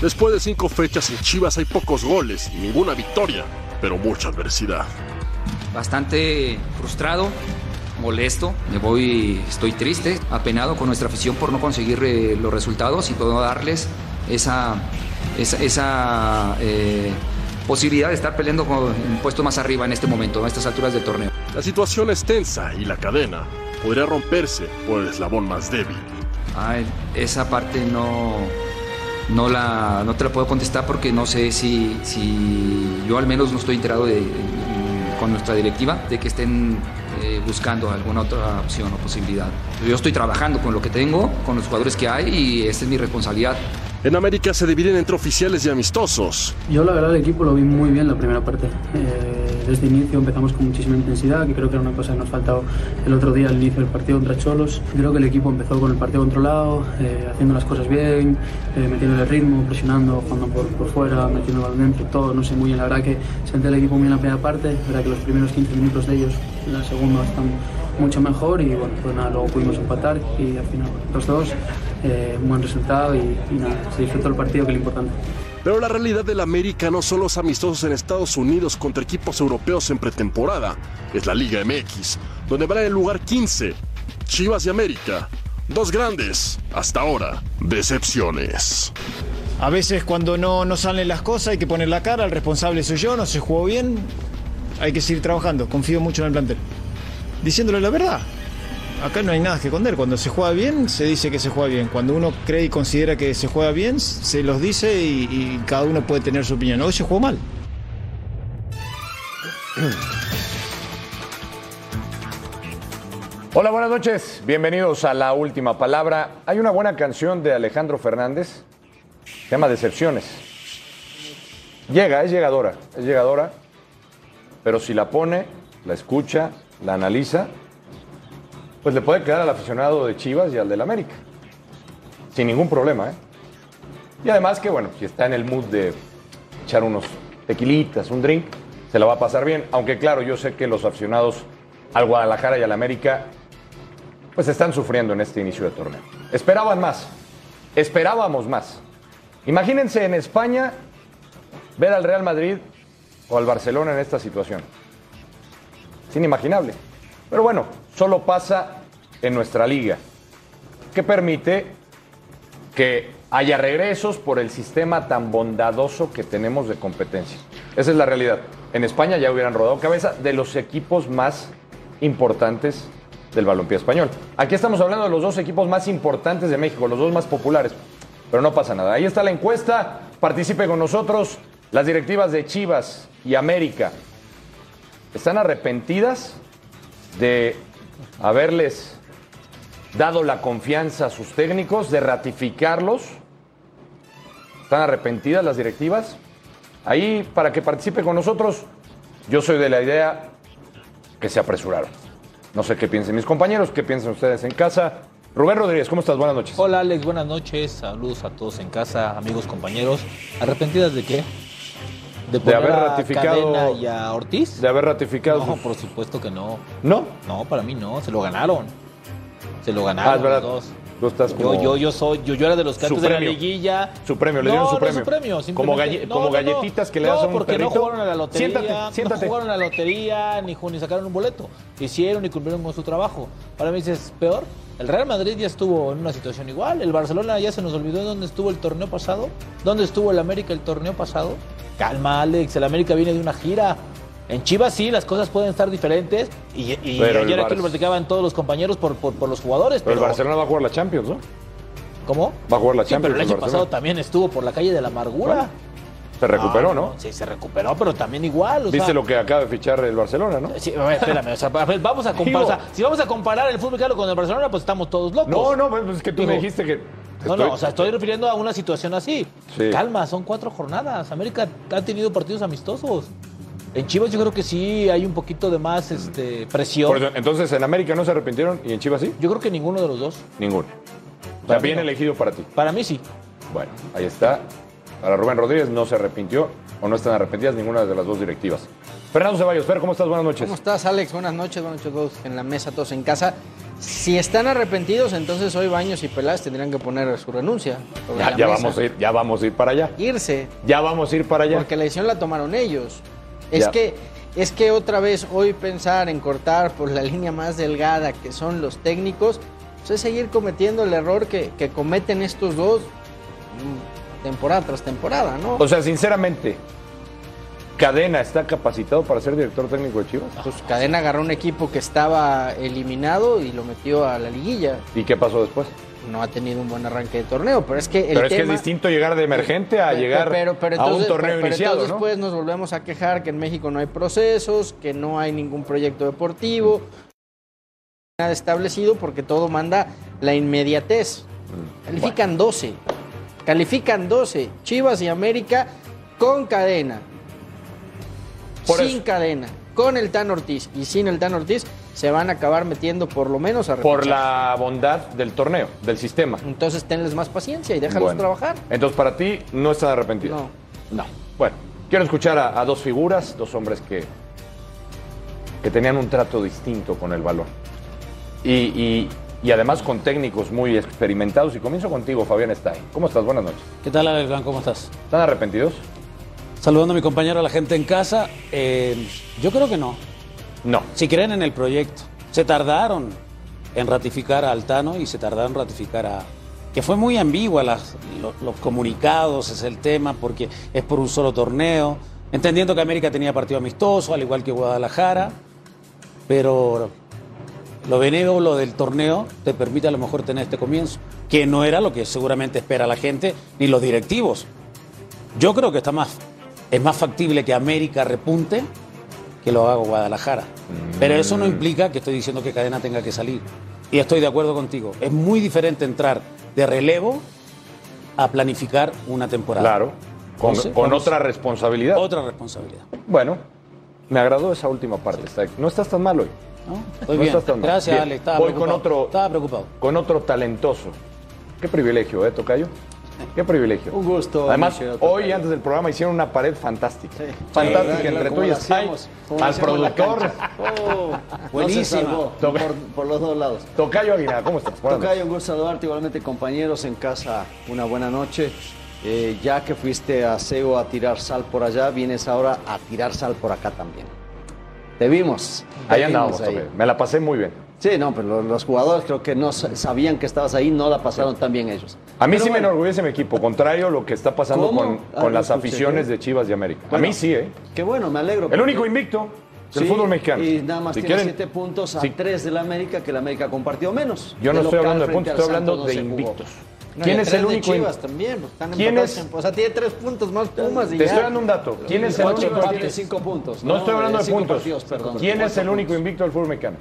Después de cinco fechas en Chivas hay pocos goles, ninguna victoria, pero mucha adversidad. Bastante frustrado, molesto, me voy, estoy triste, apenado con nuestra afición por no conseguir eh, los resultados y por no darles esa, esa, esa eh, posibilidad de estar peleando con, en puestos más arriba en este momento, a estas alturas del torneo. La situación es tensa y la cadena podría romperse por el eslabón más débil. Ay, esa parte no, no, la, no te la puedo contestar porque no sé si, si yo al menos no estoy enterado de, de, con nuestra directiva de que estén eh, buscando alguna otra opción o posibilidad. Yo estoy trabajando con lo que tengo, con los jugadores que hay y esta es mi responsabilidad. En América se dividen entre oficiales y amistosos. Yo la verdad el equipo lo vi muy bien la primera parte. Eh, desde el inicio empezamos con muchísima intensidad, que creo que era una cosa que nos faltaba el otro día al inicio del partido contra Cholos. Creo que el equipo empezó con el partido controlado, eh, haciendo las cosas bien, eh, metiendo el ritmo, presionando, jugando por, por fuera, metiendo el balón dentro, todo, no sé muy bien. La verdad que senté el equipo muy en la primera parte, la verdad que los primeros 15 minutos de ellos, en la segunda están mucho mejor y bueno, pues nada, luego pudimos empatar y al final los dos, eh, un buen resultado y, y, nada, se disfrutó el partido que es lo importante. Pero la realidad del América no son los amistosos en Estados Unidos contra equipos europeos en pretemporada, es la Liga MX, donde van en el lugar 15, Chivas y América, dos grandes, hasta ahora, decepciones. A veces cuando no, no salen las cosas hay que poner la cara, el responsable soy yo, no se jugó bien, hay que seguir trabajando, confío mucho en el plantel diciéndole la verdad. Acá no hay nada que esconder. Cuando se juega bien, se dice que se juega bien. Cuando uno cree y considera que se juega bien, se los dice y, y cada uno puede tener su opinión. Hoy se jugó mal. Hola, buenas noches. Bienvenidos a La Última Palabra. Hay una buena canción de Alejandro Fernández. Tema Decepciones. Llega, es llegadora. Es llegadora. Pero si la pone, la escucha, la analiza, pues le puede quedar al aficionado de Chivas y al del América. Sin ningún problema, ¿eh? Y además que, bueno, si está en el mood de echar unos tequilitas, un drink, se la va a pasar bien. Aunque, claro, yo sé que los aficionados al Guadalajara y al América, pues están sufriendo en este inicio de torneo. Esperaban más. Esperábamos más. Imagínense en España ver al Real Madrid o al Barcelona en esta situación. Es inimaginable. Pero bueno, solo pasa en nuestra liga, que permite que haya regresos por el sistema tan bondadoso que tenemos de competencia. Esa es la realidad. En España ya hubieran rodado cabeza de los equipos más importantes del balompié español. Aquí estamos hablando de los dos equipos más importantes de México, los dos más populares. Pero no pasa nada. Ahí está la encuesta. Participe con nosotros. Las directivas de Chivas y América están arrepentidas de haberles dado la confianza a sus técnicos, de ratificarlos. ¿Están arrepentidas las directivas? Ahí, para que participe con nosotros, yo soy de la idea que se apresuraron. No sé qué piensen mis compañeros, qué piensan ustedes en casa. Rubén Rodríguez, ¿cómo estás? Buenas noches. Hola Alex, buenas noches. Saludos a todos en casa, amigos, compañeros. ¿Arrepentidas de qué? de, de haber ratificado a y a Ortiz? De haber ratificado. No, pues, por supuesto que no. ¿No? No, para mí no, se lo ganaron. Se lo ganaron ah, es verdad. los dos. Tú estás como yo, yo, yo soy, yo, yo era de los que antes de la liguilla. Su premio, le no, dieron su no premio. Su premio como, galle no, como galletitas que le das a un porque perrito. no jugaron a la lotería. Siéntate, siéntate. No jugaron a la lotería, ni, ni sacaron un boleto. Hicieron y cumplieron con su trabajo. Para mí es peor. El Real Madrid ya estuvo en una situación igual. El Barcelona ya se nos olvidó en dónde estuvo el torneo pasado. ¿Dónde estuvo el América el torneo pasado? Calma, Alex. El América viene de una gira. En Chivas sí, las cosas pueden estar diferentes. Y, y Pero el ayer aquí Bar- lo platicaban todos los compañeros por, por, por los jugadores. Pero Pero, el Barcelona va a jugar la Champions, ¿no? ¿Cómo? Va a jugar la Sí, Champions. pero el año Barcelona. pasado también estuvo por la calle de la amargura. Bueno, Se recuperó, ¿no? Ah, Sí, se recuperó, pero también igual. O Viste sea, lo que acaba de fichar el Barcelona, ¿no? Sí, a ver, espérame, o sea, a ver, vamos a comparar. o sea, si vamos a comparar el fútbol mexicano con el Barcelona, pues estamos todos locos. No, no, pues es que tú Digo, me dijiste que. No, no, o sea, estoy refiriendo a una situación así. Sí. Calma, son cuatro jornadas. América ha tenido partidos amistosos. En Chivas yo creo que sí hay un poquito de más este, presión. Por eso, entonces, en América no se arrepintieron y en Chivas sí. Yo creo que ninguno de los dos. Ninguno. O sea, Para mí bien no. elegido para ti. Para mí sí. Bueno, ahí está. Para Rubén Rodríguez no se arrepintió o no están arrepentidas ninguna de las dos directivas. Fernando Ceballos, Fer, ¿cómo estás? Buenas noches. ¿Cómo estás, Alex? Buenas noches, buenas noches a todos en la mesa, todos en casa. Si están arrepentidos, entonces hoy Baños y Peláez tendrían que poner su renuncia. sobre Ya, la ya mesa. vamos a ir, ya vamos a ir para allá. Irse, Ya vamos a ir para allá. porque la decisión la tomaron ellos. Es Ya. que, es que otra vez hoy pensar en cortar por la línea más delgada que son los técnicos, pues es seguir cometiendo el error que, que cometen estos dos mm, temporada tras temporada, ¿no? O sea, sinceramente, Cadena está capacitado para ser director técnico de Chivas. Pues Cadena agarró un equipo que estaba eliminado y lo metió a la liguilla. ¿Y qué pasó después? No ha tenido un buen arranque de torneo, pero es que el pero es que es tema- distinto llegar de emergente a Pe- pe- llegar pero- pero a un entonces- torneo pero- pero iniciado, entonces ¿no? después nos volvemos a quejar que en México no hay procesos, que no hay ningún proyecto deportivo, nada establecido porque todo manda la inmediatez. Califican 12, califican 12, Chivas y América con cadena, Por sin eso. cadena, con el Tan Ortiz y sin el Tan Ortiz se van a acabar metiendo por lo menos a Por repechaje. la bondad del torneo, del sistema. Entonces tenles más paciencia y déjalos Bueno. trabajar. Entonces, para ti, no están arrepentidos. No. No. Bueno, quiero escuchar a, a dos figuras, dos hombres que, que tenían un trato distinto con el balón. Y, y- y además con técnicos muy experimentados. Y comienzo contigo, Fabián Stein. ¿Cómo estás? Buenas noches. ¿Qué tal, Alex Blanco? ¿Cómo estás? ¿Están arrepentidos? Saludando a mi compañero, a la gente en casa. Eh, yo creo que no. No. Si creen en el proyecto. Se tardaron en ratificar a Altano y se tardaron en ratificar a... Que fue muy ambigua las- lo- los comunicados, es el tema, porque es por un solo torneo. Entendiendo que América tenía partido amistoso, al igual que Guadalajara. Pero lo benévolo del torneo te permite a lo mejor tener este comienzo, que no era lo que seguramente espera la gente ni los directivos. Yo creo que está más, es más factible que América repunte que lo haga Guadalajara. Pero eso Mm. no implica que estoy diciendo que Cadena tenga que salir. Y estoy de acuerdo contigo. Es muy diferente entrar de relevo a planificar una temporada. Claro. Con, Entonces, con vamos- otra responsabilidad. Otra responsabilidad. Bueno, me agradó esa última parte. Stein. No estás tan mal hoy. ¿no? Estoy No bien. estás tan mal. Gracias, Bien. Ale. Estaba Voy preocupado. con otro- Estaba preocupado. con otro talentoso. Qué privilegio, ¿eh, Tocayo? Qué privilegio. Un gusto, Además, Michel Tocayo. hoy antes del programa hicieron una pared fantástica. Fantástica Sí, entre como tú y lo Sky, hacíamos, como al lo hacíamos en la productor. Buenísima. No se salvó, por, por los dos lados. Tocayo Aguinaga, ¿cómo estás? Buenas Tocayo, un gusto saludarte, igualmente compañeros en casa, una buena noche. Eh, ya que fuiste a SEO a tirar sal por allá, vienes ahora a tirar sal por acá también. Te vimos. noches. te Ahí vimos andábamos, ahí. Tocayo. Me la pasé muy bien. Sí, no, pero los, los jugadores creo que no sa- sabían que estabas ahí, no la pasaron tan bien ellos. A mí Pero sí me bueno, enorgullece mi equipo, contrario a lo que está pasando ¿Cómo? con, Ah, con no las escuché. aficiones de Chivas de América. a Bueno. mí sí, ¿eh? Qué bueno, me alegro. El porque- único invicto del Sí, fútbol mexicano. Y nada más Si tiene quieren, siete puntos a si- tres de la América, que la América compartió menos. Yo no De estoy local hablando de frente puntos, al estoy hablando Santos no de se jugó. Eh, invictos. No, ¿Quién y es el atrás de único? in- Chivas también, pues, están ¿Quién empatados es- en- O sea, tiene tres puntos más Pumas y Te ya. estoy dando un dato. ¿Quién es el Cuatro único empates, invicto? cinco puntos. No estoy hablando de cinco puntos. partidos, perdón. ¿Quién es Cuatro el único puntos. invicto del fútbol mexicano?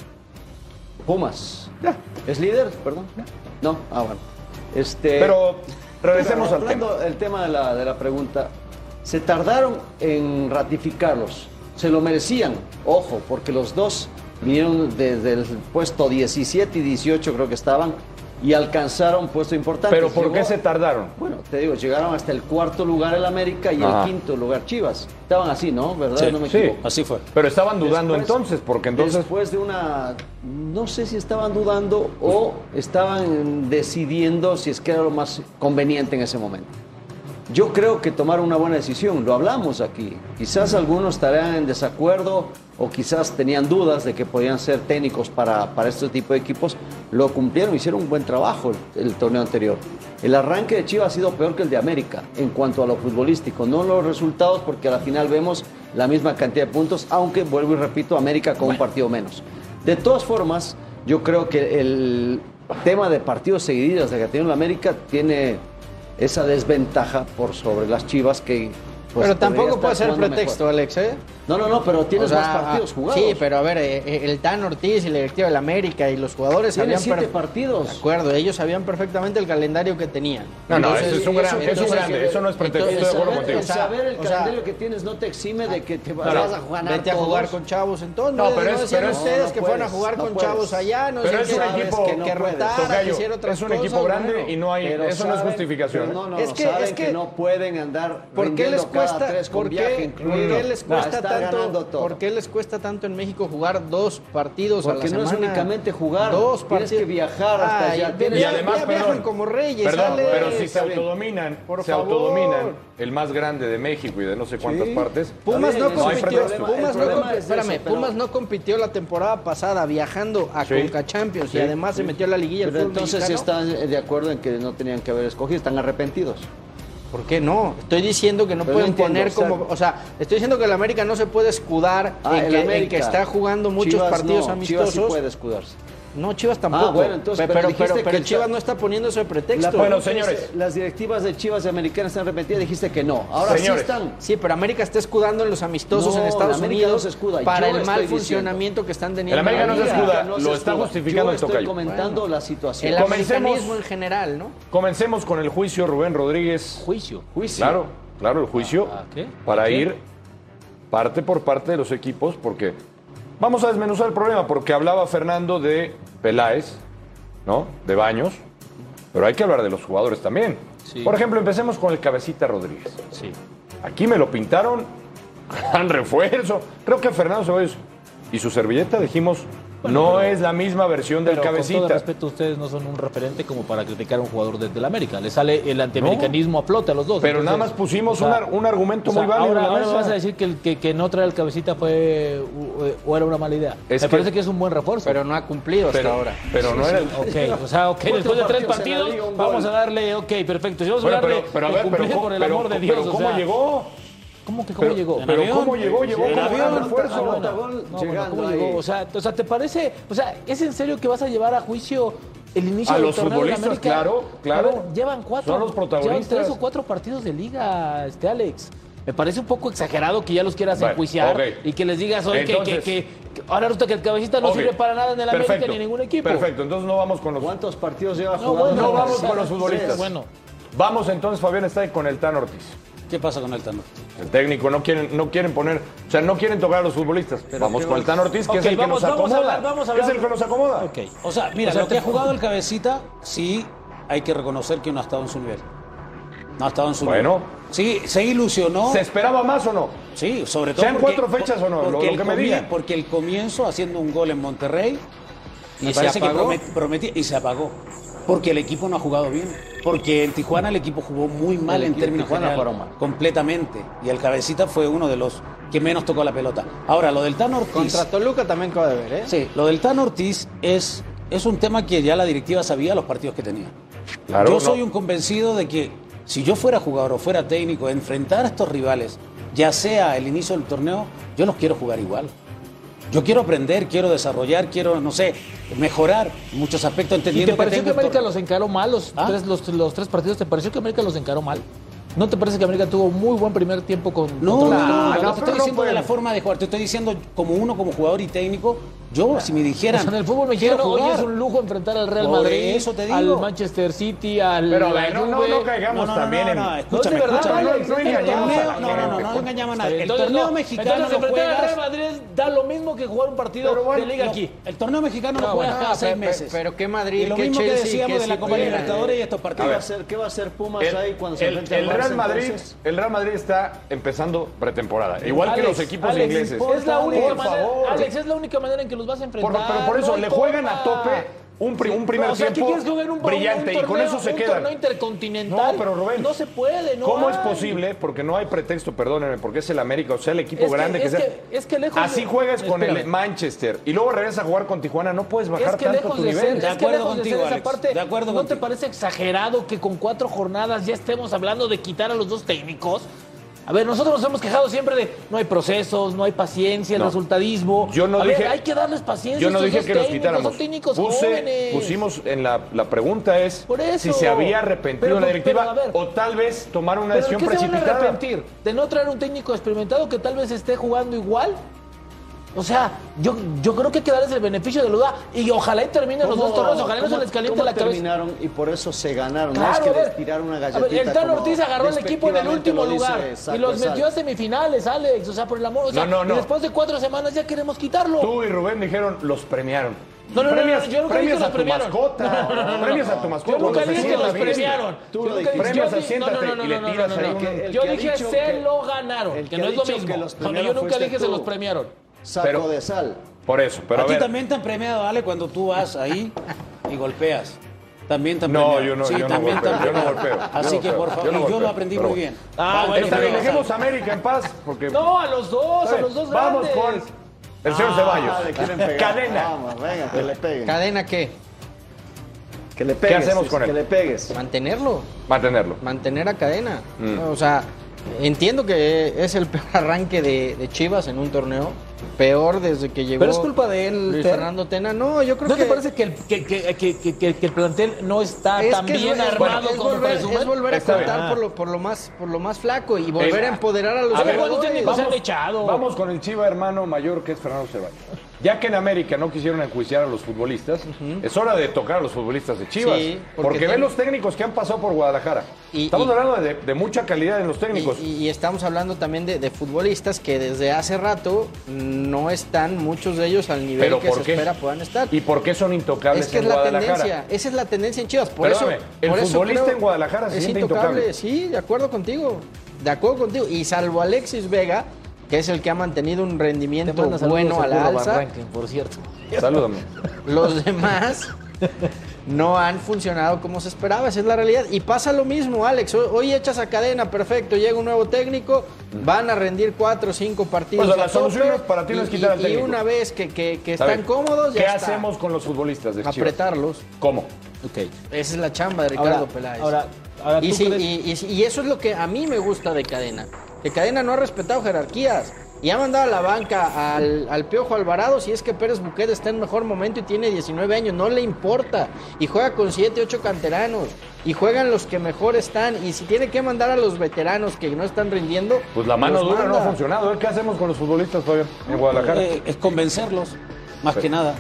Pumas. ¿Es líder? Perdón. No. Ah, bueno. Este, Pero regresemos al tema. hablando del tema de la, de la pregunta, se tardaron en ratificarlos. Se lo merecían, ojo, porque los dos vinieron desde el puesto 17 y 18 creo que estaban y alcanzaron puesto importante. Pero ¿por qué Llegó- se tardaron? Bueno, te digo, llegaron hasta el cuarto lugar el América y Ajá. el quinto lugar Chivas. Estaban así, ¿no? ¿Verdad? Sí, no me sí. equivoco. Así fue. Pero estaban dudando Después- entonces, porque entonces Después de una... No sé si estaban dudando o estaban decidiendo si es que era lo más conveniente en ese momento. Yo creo que tomaron una buena decisión, lo hablamos aquí. Quizás algunos estarán en desacuerdo o quizás tenían dudas de que podían ser técnicos para, para este tipo de equipos. Lo cumplieron, hicieron un buen trabajo el, el torneo anterior. El arranque de Chivas ha sido peor que el de América en cuanto a lo futbolístico, no los resultados porque a la final vemos la misma cantidad de puntos, aunque vuelvo y repito, América con un partido menos. De todas formas, yo creo que el tema de partidos seguidos de que ha tenido la América tiene esa desventaja por sobre las Chivas que... pues, pero tampoco podría puede estar ser jugando pretexto, mejor. Alex, ¿eh? No, no, no, pero tienes O sea, ah, más partidos jugados. Sí, pero a ver, eh, eh, el Tan Ortiz y la directiva del América y los jugadores Tiene sabían siete per- partidos. De acuerdo, ellos sabían perfectamente el calendario que tenían. No, no, Entonces, eso es un gran- eso es un entonces- grande, eso no es pretexto, entonces, estoy de acuerdo saber, contigo. el saber el O sea, calendario que tienes no te exime de que te vas, Ahora, a jugar Vete a jugar con chavos entonces. No, No, pero pero es- decían pero es- ustedes no, no que fueron a puedes, jugar no con puedes. chavos allá, no Pero sé es un qué, equipo que, no que puedes. rotaran, que Tocayo, hicieron otras es un cosas, equipo grande bueno. y no hay eso no es justificación. No, no, Es no, que- saben es que, que- no pueden andar ¿Por qué rindiendo les cada cuesta, tres con por qué, viaje por incluido. qué les No, cuesta está tanto- ganando todo. ¿Por qué les cuesta tanto en México jugar dos partidos a Porque la no es semana? únicamente jugar, Dos tienes partidos. que viajar hasta Ay, allá. Y Tienes- Y además, ya perdón, viajan como reyes, Perdón, sales. pero si se Está bien. autodominan, Por se favor. autodominan el más grande de México y de no sé cuántas Sí. partes. Pumas Está no bien, no hay compitió, pretexto. Pumas El no, problema compi- es eso, espérame, pero- Pumas no compitió la temporada pasada viajando a Sí. Conca Champions Sí, y además se sí. metió a la liguilla del Pero fútbol entonces mexicano. están de acuerdo en que no tenían que haber escogido, están arrepentidos. ¿Por qué no? Estoy diciendo que no Pero no pueden entiendo, poner o sea- como. O sea, estoy diciendo que el América no se puede escudar Ah, en, el que, en América. que está jugando muchos Chivas partidos no, amistosos. Chivas sí puede escudarse. No, Chivas tampoco. Ah, bueno, entonces, Pe- pero pero, dijiste pero- que pero el- Chivas no está poniendo ese pretexto. Bueno, Entonces, señores. Las directivas de Chivas y Americanas están arrepentidas, dijiste que no. Ahora Señores. sí están. Sí, pero América está escudando en los amistosos No, en Estados la América Unidos no se escuda, para yo el mal estoy funcionamiento que están teniendo. El América no se liga. escuda, no se lo está escuda. justificando Yo el estoy tocayo. comentando la situación. El Comencemos. americanismo en general, ¿no? Comencemos con el juicio Rubén Rodríguez. Juicio. Juicio. Claro, claro, el juicio Ah, ¿qué? para ¿Qué? ir parte por parte de los equipos, porque vamos a desmenuzar el problema, porque hablaba Fernando de Peláez, ¿no? De Baños, pero hay que hablar de los jugadores también. Sí. Por ejemplo, empecemos con el Cabecita Rodríguez. Sí. Aquí me lo pintaron, gran refuerzo. Creo que Fernando Ceballos y su servilleta dijimos, no es la misma versión del Pero Con todo Cabecita. respeto, ustedes no son un referente como para criticar a un jugador desde la América. Le sale el antiamericanismo a flote a los dos. Pero Entonces, nada más pusimos o sea, un, ar- un argumento o sea, muy válido Ahora, en la ahora mesa. me vas a decir que, el que, que no traer el cabecita fue u- u- o era una mala idea. Es me que- parece que es un buen refuerzo. Pero no ha cumplido hasta pero, ahora. pero no era el... Ok, o sea, ok, después de partidos en tres la partidos, liga, un gol. vamos a darle, ok, perfecto. Si vamos Bueno, a pero, darle, pero a ver, el pero, cumplido ¿cómo- por el pero- amor de pero Dios. o ¿cómo sea, llegó? ¿Cómo que cómo Pero, llegó? pero avión, ¿cómo llegó? Llegó en como avión. gran Ah, refuerzo. bueno. Gol No, bueno, llegando ¿cómo ahí. llegó? O sea, o sea, ¿te parece? O sea, ¿es en serio que vas a llevar a juicio el inicio A del los torneo de la futbolistas, América? claro, claro. Cabrón, Llevan cuatro. Son los protagonistas. Llevan tres o cuatro partidos de liga, este Alex. Me parece un poco exagerado que ya los quieras Bueno, enjuiciar ok. y que les digas hoy que, que, Entonces- que- que ahora resulta que el cabecita no Ok. sirve para nada en el América Perfecto, ni en ningún equipo. Perfecto, entonces no vamos con los... ¿Cuántos partidos lleva No, jugando? bueno, No vamos o sea, con los futbolistas. Bueno, Vamos entonces, Fabián está ahí con el Tan Ortiz. ¿Qué pasa con el Tano? El técnico no quieren, no quieren poner, o sea, no quieren tocar a los futbolistas. vamos con el Tan Ortiz, que Ok, es el que vamos- nos vamos a acomoda. hablar, vamos a Es el hablar. que nos acomoda. ok. O sea, mira, O sea, lo te- que ha jugado el cabecita, sí hay que reconocer que no ha estado en su nivel. No ha estado en su Bueno. nivel. Sí, se ilusionó. ¿Se esperaba más o no? Sí, sobre todo. Sean porque- cuatro fechas o no, lo- porque lo el que me digan. Porque el comienzo haciendo un gol en Monterrey Me y parece se que apagó. promet- y se apagó. Porque el equipo no ha jugado bien. Porque en Tijuana el equipo jugó muy mal El en equipo de términos Tijuana general, fueron mal. completamente. Y el cabecita fue uno de los que menos tocó la pelota. Ahora, lo del Tano Ortiz. Contra Toluca también acaba de ver, ¿eh? Sí, lo del Tan Ortiz es, es un tema que ya la directiva sabía los partidos que tenía. Claro, yo no. soy un convencido de que si yo fuera jugador o fuera técnico, enfrentar a estos rivales, ya sea el inicio del torneo, yo los quiero jugar igual. Yo quiero aprender, quiero desarrollar, quiero, no sé, mejorar en muchos aspectos, ¿Y entendiendo te pareció que tengo un América torneo. los encaró mal los, ¿Ah? tres, los, los tres partidos? ¿Te pareció que América los encaró mal? ¿No te parece que América tuvo muy buen primer tiempo con No, contra no, no, la- no, te pero estoy no diciendo de pueden. la forma de jugar, te estoy diciendo como uno, como jugador y técnico, yo, si me dijeran. O sea, Pues en el fútbol quiero mexicano hoy jugar. es un lujo enfrentar al Real Por Madrid, eso te digo. al Manchester City, al Pero a la ver, no, no, Juve. no caigamos No, no, no, también no, en... no, No, de escúchame, verdad, escúchame. Alex, no, no, de El engañemos verdad. a torneo- la No, no, no, no gente. engañamos Está a bien, nadie. El entonces, torneo no, mexicano entonces, no enfrentar al juegas. Real Madrid da lo mismo que jugar un partido Pero bueno, de liga no, aquí. El torneo mexicano no Ah, juega bueno. cada Ah, seis pe- pe- meses. pero qué Madrid, Y lo qué mismo Chelsea, que decíamos qué de la Copa Sevilla. Libertadores y estos ¿Qué va, a partidos. hacer, qué va a hacer Pumas Eh, ahí cuando se El, enfrente al el Barça, Real Madrid, entonces? el Real Madrid está empezando pretemporada, igual que Alex, los equipos Alex, ingleses. Es la única Por manera, favor. Alex, es la única manera en que los vas a enfrentar. Por- pero por eso no hay le juegan forma. a tope un, pri- un primer o sea, ¿qué tiempo quieres jugar? Un- un- brillante un y con torneo- eso se un quedan. torneo intercontinental. No, pero Rubén, No se puede, ¿no? ¿Cómo es hay. posible? Porque no hay pretexto, perdónenme, porque es el América, o sea, el equipo Es que- grande que, es sea. que- es que lejos de- Así juegas con el Espérame. Manchester y luego regresas a jugar con Tijuana, no puedes bajar Es que tanto lejos tu de nivel. ser, De es que acuerdo lejos de ser contigo, esa Alex. parte. De acuerdo ¿No te contigo. parece exagerado que con cuatro jornadas ya estemos hablando de quitar a los dos técnicos? A ver, nosotros nos hemos quejado siempre de no hay procesos, no hay paciencia, el No. resultadismo. Yo no a dije. ver, hay que darles paciencia. Yo no estos dije dos que los técnicos, quitáramos. Son técnicos Puse- jóvenes. Pusimos en la, la pregunta es Por eso. si se había arrepentido Pero, la pero, directiva a ver. o tal vez tomaron una ¿Pero decisión ¿Qué se van a precipitada. arrepentir? ¿De no traer un técnico experimentado que tal vez esté jugando igual? O sea, yo, yo creo que hay que darles el beneficio de la duda y ojalá y terminen los dos ¿Cómo- torneos, ojalá no se cómo- les caliente cómo la cabeza. terminaron y por eso se ganaron. no Claro, es que a ver. les tiraron una A ver, galletita. el Tan como Ortiz agarró al equipo en el despectivamente último lo dice, lugar y exacto, los exacto. metió a semifinales, Alex. O sea, por el amor. O sea, No, no, no. y después de cuatro semanas ya queremos quitarlo. Tú y Rubén dijeron, los premiaron. No, no, no, Premias- yo nunca dije premias que los a tu premiaron. mascota. No, no, no, no. Premias a tu mascota. Yo nunca Cuando dije se que los sienta, viste. premiaron. Tú lo Yo nunca dije- dijiste. Premias yo a dije- siéntate no, no, no, y le no, no, tiras no, ahí no, un- no. el Yo que ha dije dicho se que- lo ganaron, el que que no ha es lo dicho que mismo. los Cuando yo premiaron nunca fuiste dije se tú. los premiaron. Saco Pero- de sal. Por eso, pero a a ti ver. también te han premiado, Ale, cuando tú vas ahí y golpeas. También te han No, premiado. yo no- Sí, yo no también te han golpeo, yo no premiado. golpeo, yo Así no que, por golpeo, favor, yo yo, no lo golpeo, aprendí pero muy bueno. bien. Ah, Está bueno, Walter bien, pero- Salazar. dejemos a América en paz porque No, a los dos, a Está bien, los dos vamos grandes. con el señor Ceballos. Ah, le quieren pegar. Cadena. Vamos, venga, que le peguen. ¿Cadena qué? Que le pegues. hacemos con él? Que le pegues. Mantenerlo. Mantenerlo. mantener a cadena. Mm. O sea, entiendo que es el peor arranque de, de Chivas en un torneo. Peor desde que llegó. Pero es culpa de él, Luis Ter. Fernando Tena. No, yo creo ¿No que. te parece que el, que, que, que, que- que- que el plantel no está es tan que es- bien es- armado es como volver, presumen? es volver a Está bien. Eh, contar por lo, por, lo más, por lo más flaco y volver a empoderar a los A ver, ¿Cuántos jugadores. técnicos han echado? Vamos con el chiva hermano mayor que es Fernando Ceballos. Ya que en América no quisieron enjuiciar a los futbolistas, es hora de tocar a los futbolistas de Chivas. Sí, porque porque ven tienen- los técnicos que han pasado por Guadalajara. Y- Estamos y- hablando de, de mucha calidad en los técnicos. Y, y estamos hablando también de, de futbolistas que desde hace rato no están muchos de ellos al nivel pero que ¿por se qué? espera puedan estar. ¿Y por qué son intocables Es que en es la Guadalajara? tendencia, esa es la tendencia en Chivas. Por Perdóname, eso, el por eso futbolista creo en Guadalajara se es siente intocable. intocable. Sí, de acuerdo contigo, de acuerdo contigo. Y salvo Alexis Vega, que es el que ha mantenido un rendimiento bueno a la alza, por cierto. Salúdame. los demás no han funcionado como se esperaba, esa es la realidad. Y pasa lo mismo, Alex. Hoy, hoy echas a cadena, perfecto, llega un nuevo técnico, van a rendir cuatro o cinco partidos. Pues, la a tope, solución es- para ti no es y- quitar y- al técnico. Y una vez que, que- que A están ver, cómodos, ya ¿Qué está. hacemos con los futbolistas de Chivas? Apretarlos. ¿Cómo? Esa es la chamba de Ahora, Ricardo Peláez. ahora- ahora y, tú sí, crees- y- y sí, y eso es lo que a mí me gusta de Cadena. Que Cadena no ha respetado jerarquías. Y ha mandado a la banca al, al Piojo Alvarado si es que Pérez Buquet está en mejor momento y tiene 19 años. No le importa. Y juega con 7, 8 canteranos. Y juegan los que mejor están. Y si tiene que mandar a los veteranos que no están rindiendo. Pues la mano los dura no ha manda. funcionado. ¿eh? ¿Qué hacemos con los futbolistas, Fabio, en Guadalajara? Eh, es convencerlos, más que nada.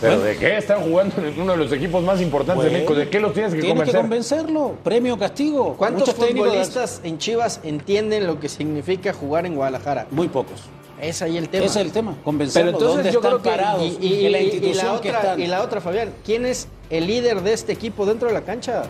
¿Pero de qué están jugando en uno de los equipos más importantes de México? ¿De qué los tienes que Tienes que convencer? convencerlo. Premio, castigo. ¿Cuántos Muchos técnicos dan- futbolistas en Chivas entienden lo que significa jugar en Guadalajara? Muy pocos. Es ahí el tema. Ese es el tema, convencerlos. Pero entonces ¿Dónde yo están creo que- parados? Y, y- en la y- y institución la que otra, están. y la otra, Fabián, ¿quién es el líder de este equipo dentro de la cancha?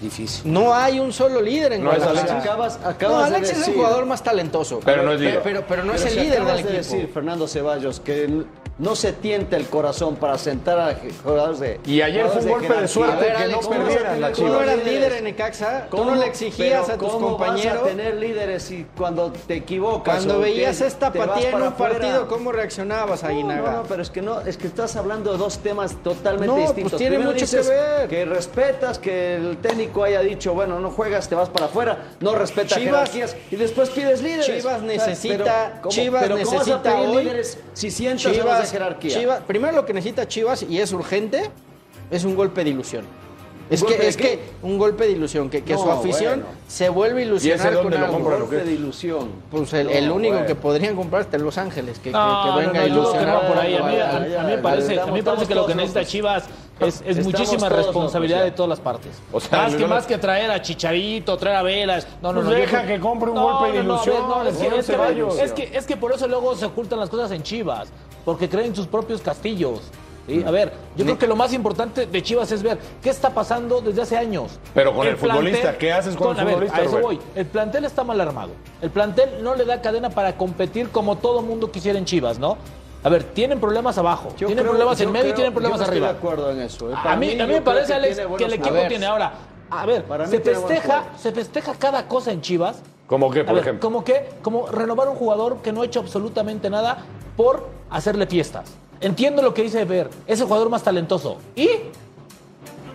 Difícil. No hay un solo líder en No es Guadalajara. Alexis. Acabas- acabas no, de Alex es el decir- jugador más talentoso. Pero no es líder. Pero, pero- pero no Pero es si el líder acabas del de equipo. decir, Fernando Ceballos, que n- no se tienta el corazón para sentar a je- jugadores de. Y ayer fue un jugadores golpe de jerarquía. suerte A ver, que Alex, no ¿cómo vas a perdieran tener- la tú no Chivas. eras líder en Necaxa, tú ¿Cómo- no le exigías pero a tus cómo compañeros. Vas a tener líderes si cuando te equivocas. Cuando o veías te- esta te vas apatía en para un partido, afuera? ¿cómo reaccionabas, No, Aguinaga? No, no, pero es que no, es que estás hablando de dos temas totalmente No, pues distintos. tiene Primero mucho que dices ver. Que respetas que el técnico haya dicho, bueno, no juegas, te vas para afuera, no respeta Chivas- jerarquías y después pides líderes. Chivas O sea, necesita- pero ¿cómo- Chivas pero ¿cómo vas a necesita pedir hoy- líderes si sientas a los de Chivas, jerarquía? Chivas- primero lo que necesita Chivas y es urgente es un golpe de ilusión. Es golpe que, de es qué? que un golpe de ilusión, que, que su No, afición bueno. se vuelve ilusionada dónde con lo algo. compran? golpe de ilusión. Pues el, No, el único bueno. que podrían comprar está en Los Ángeles, que, que- No, que no, no, yo venga creo que ilusionado no va por ahí. A mí, Ya, a- ya, a mí me ya, parece, a estamos mí me parece que lo que todos necesita locos. Chivas es, es Estamos muchísima todos locos, responsabilidad ya. de todas las partes. O sea, más no, que no, más no. que traer a Chicharito, traer a Velas. No, no, Pues no. yo deja creo- que compre un golpe de no, no, a ilusión, no, es, que, señor es que- Ceballos. es que- es que por eso luego se ocultan las cosas en Chivas, porque creen sus propios castillos. ¿sí? A ver, yo creo que lo más importante de Chivas es ver qué está pasando desde hace años. Pero con el futbolista, ¿qué haces con el a ver, futbolista, A eso Rubén? voy. El plantel está mal armado. El plantel no le da cadena para competir como todo mundo quisiera en Chivas, ¿no? A ver, tienen problemas abajo, Yo tienen creo- problemas yo en medio y creo- tienen problemas yo no arriba. Estoy de acuerdo en eso. eh. A Para mí, a mí yo me creo parece, que tiene Alex, que el buenos equipo jugadores. tiene ahora. A ver, Para mí se tiene buenos festeja, jugadores. se festeja cada cosa en Chivas. ¿Cómo qué, A por ver, ejemplo? Como que, como renovar un jugador que no ha hecho absolutamente nada por hacerle fiestas. Entiendo lo que dice Ver, es el jugador más talentoso. ¿Y?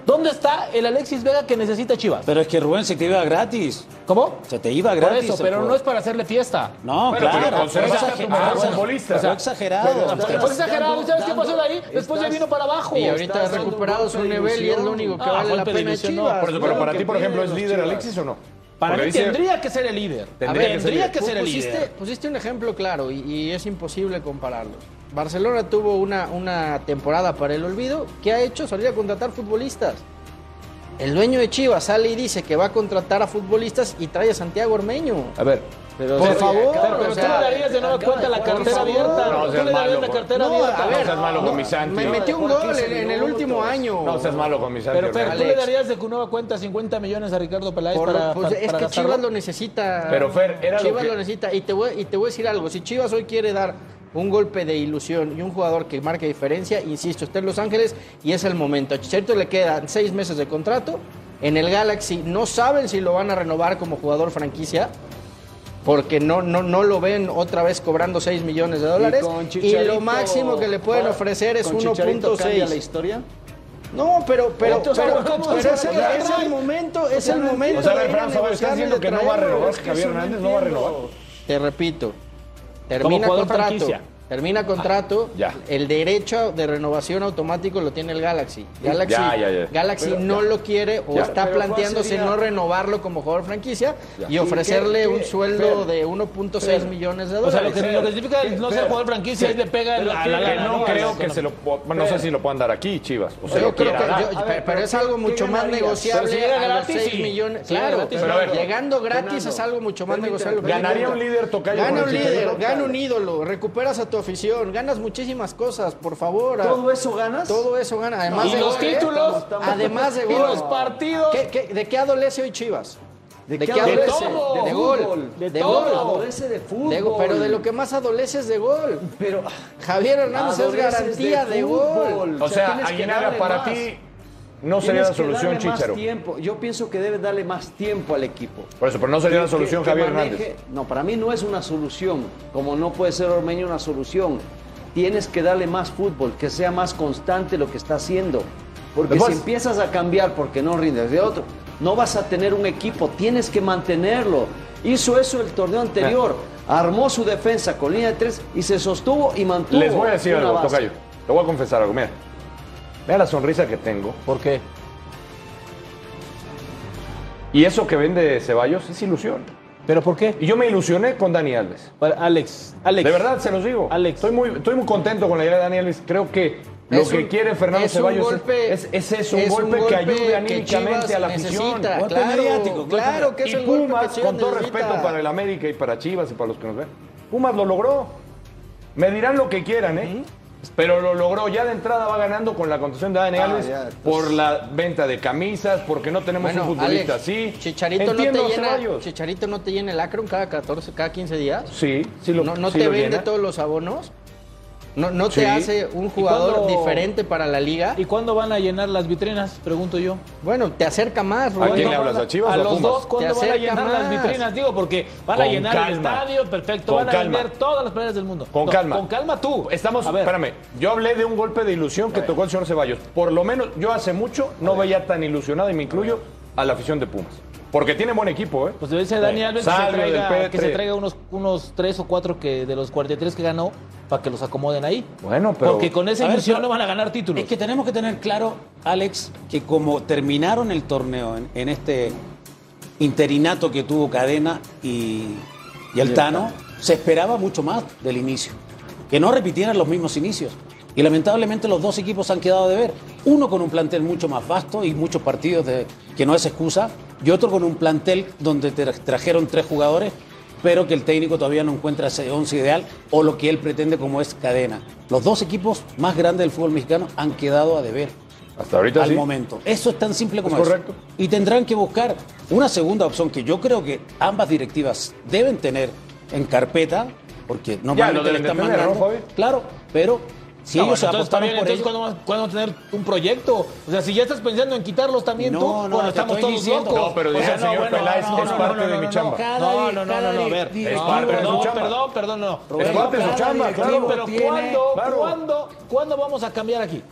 ¿Dónde está el Alexis Vega que necesita Chivas? Pero es que Rubén se te iba gratis. ¿Cómo? Se te iba Por gratis. eso, el pero no jugador. es para hacerle fiesta. No, Bueno, claro. pero conservaste fue a tu exagerado, mejor fue- futbolista. fue exagerado. Pero- Fue Pues exagerado, ¿y ¿sabes qué dando- pasó de ahí? Después ya estás- vino para abajo. Y ahorita ha Estás dando recuperado un su golpe de nivel y es lo ilusión. único que Ah, vale la golpe de pena en ilusión, no, Chivas. Por eso, pero Yo para creo ti, que por ejemplo, ¿es piden líder los Alexis o no? Para Porque mí dice- tendría que ser el líder. Tendría que ser Tendría líder. que Tú ser el pusiste, líder. pusiste un ejemplo claro y, y es imposible compararlos. Barcelona tuvo una, una temporada para el olvido. ¿Qué ha hecho? Salir a contratar futbolistas. El dueño de Chivas sale y dice que va a contratar a futbolistas y trae a Santiago Ormeño. A ver, Pero Por sí, favor, claro, pero o Pero tú sea, le darías de nueva acaba cuenta la por cartera favor. No abierta. Tú seas le darías malo, la güey. cartera No, abierta. a ver, No seas malo con mi Santi. Me metió un gol en, en el último año. No seas malo con mi Santi. Pero Fer, ¿tú Ormeño. le darías de nueva cuenta 50 millones a Ricardo Peláez Por- para, pues, para- es para que gastarlo? Chivas lo necesita. Pero, Fer, era lo Chivas que- lo necesita. Y te, voy, y te voy a decir algo. Si Chivas hoy quiere dar un golpe de ilusión y un jugador que marque diferencia, insisto, está en Los Ángeles y es el momento. A Chicharito le quedan seis meses de contrato. En el Galaxy no saben si lo van a renovar como jugador franquicia. Porque no, no, no lo ven otra vez cobrando 6 millones de dólares. con Y, Chicharito, lo máximo que le pueden para- ofrecer es con Chicharito cambia la 1.6. historia? No, pero, pero, Entonces, pero, ¿cómo pero se es, hace la es gran? el momento, es el momento. O sea, a ver, de ir a Fran, Fabio, negociar ¿estás y diciendo de que no va a traerlo. renovar Es que Javier eso Hernández? ¿No va a renovar? Te repito, termina jugador contrato. franquicia. Termina contrato, Ah, ya. el derecho de renovación automático lo tiene el Galaxy. Galaxy, Ya, ya, ya. Galaxy Pero, no ya. lo quiere o Ya. está Pero, ¿cuál planteándose sería? no renovarlo como jugador franquicia Ya. y ofrecerle qué- un qué- sueldo Fer, de 1.6 millones de O dólares. sea, lo que, lo que significa no ser jugador franquicia es le pega Pero a que- la que lana. no, creo que Eso se lo. po- bueno, no sé si lo puedan dar aquí, Chivas. O sea, Pues Yo creo que, dar. yo- A ver, pero, pero es ¿qué- algo qué mucho más ganarías? negociable. Pero si llega a los gratis, seis sí. millones. Sí, Claro, gratis, pero a ver. llegando gratis Fernando, es algo mucho más permíteme, negociable. ¿Ganaría un líder tocayo Gana por un el líder, Chicharito? gana un ídolo, recuperas a tu afición, ganas muchísimas cosas, por favor. a- ¿Todo eso ganas? todo eso gana. Además Y de los gol, ¿eh? títulos, estamos- además de Y gol. los partidos. ¿Qué- qué- de qué adolece hoy Chivas? ¿De qué qué adolece? adolece? todo. De fútbol. gol. De De todo. gol. Adolece de fútbol. De go- pero de lo que más adolece es de gol. Pero Javier Hernández es Adolece garantía de, gol. fútbol. O sea, tienes que Aguinaga, darle para más. ti no Tienes sería la que solución, darle más Chicharo. tiempo. Yo pienso que debes darle más tiempo al equipo. Por eso, pero no sería la Que- solución, que Javier maneje- Hernández. No, para mí no es una solución, como no puede ser Ormeño una solución. Tienes que darle más fútbol, que sea más constante lo que está haciendo. Porque Después- si empiezas a cambiar porque no rindes de otro, no vas a tener un equipo, tienes que mantenerlo. Hizo eso el torneo anterior, armó su defensa con línea de tres y se sostuvo y mantuvo. Les voy a decir una algo, base. Tocayo. Te voy a confesar algo. Mira, mira la sonrisa que tengo. ¿Por qué? Y eso que vende Ceballos es ilusión. ¿Pero por qué? Y yo me ilusioné con Dani Alves. Para Alex, Alex. De verdad, se los digo. Alex. Estoy muy, estoy muy contento con la idea de Dani Alves. Creo que lo Es que un- quiere Fernando es un Ceballos es- golpe- es, es eso, un, es un golpe, que golpe que ayude anímicamente Chivas a la afición. necesita, Golpe claro, mediático, golpe claro mediático. que es Y el golpe que Pumas, Chivas con todo necesita. respeto para el América y para Chivas y para los que nos ven, Pumas lo logró. Me dirán lo que quieran, ¿eh? Pero lo logró, ya de entrada va ganando con la contención de Dani Ah, Alves ya, pues. por la venta de camisas, porque no tenemos un futbolista así. Chicharito Entiendo no a te llena, Ceballos. Chicharito no te llena el Akron cada 14, cada 15 días. Sí, sí lo no no sí te lo vende llena. todos los abonos. No, no Sí. te hace un jugador cuándo- diferente para la liga. ¿Y cuándo van a llenar las vitrinas? Pregunto yo. Bueno, te acerca más, ¿A quién Rubén. le hablas? ¿A Chivas a o a los Pumas? dos, ¿cuándo van Te a acerca llenar las más. vitrinas? Digo, porque van a Con llenar el calma. estadio, perfecto, Con van a calma. vender todas las playas del mundo. Con No, calma. Con calma tú. Estamos, a ver, espérame, yo hablé de un golpe de ilusión que tocó el señor Ceballos. Por lo menos yo hace mucho no veía tan ilusionado, y me incluyo, a la afición de Pumas. Porque tiene buen equipo, ¿eh? Pues debe ser Dani Sí. Alves que se Salvio traiga, del que se Petre. traiga unos, unos tres o cuatro que, de los 43 que ganó para que los acomoden ahí. Bueno, pero- Porque con esa A ver, ilusión pero- no van a ganar títulos. Es que tenemos que tener claro, Alex, que como terminaron el torneo en, en este interinato que tuvo Cadena y, y el Tano, se esperaba mucho más del inicio. Que no repitieran los mismos inicios. Y lamentablemente los dos equipos han quedado de ver. Uno con un plantel mucho más vasto y muchos partidos de- que no es excusa. Y otro con un plantel donde tra- trajeron tres jugadores, pero que el técnico todavía no encuentra ese once ideal o lo que él pretende como es cadena. Los dos equipos más grandes del fútbol mexicano han quedado a deber Hasta ahorita al sí. momento. Eso es tan simple como Es eso. correcto. Y tendrán que buscar una segunda opción que yo creo que ambas directivas deben tener en carpeta, porque normalmente le deben de están tener, ¿no, mandando. Fabi? claro, pero si No, bueno, ellos pues, entonces, apostaron pues, también, por entonces, ello. ¿cuándo, vas- cuándo vas a tener un proyecto? O sea, si ya estás pensando en quitarlos también No, tú, no, bueno, te estamos estoy todos diciendo. locos. No, pero O sea, dice el señor bueno, Peláez, no, es no, parte no, de no, mi no. chamba. Cada No, di- no, no, cada no, no, a ver. directivo- Es parte de su perdón, chamba. perdón, perdón, no. Es parte de su Cada chamba, directivo claro. pero tiene- ¿cuándo, claro. ¿cuándo, ¿cuándo vamos a cambiar aquí?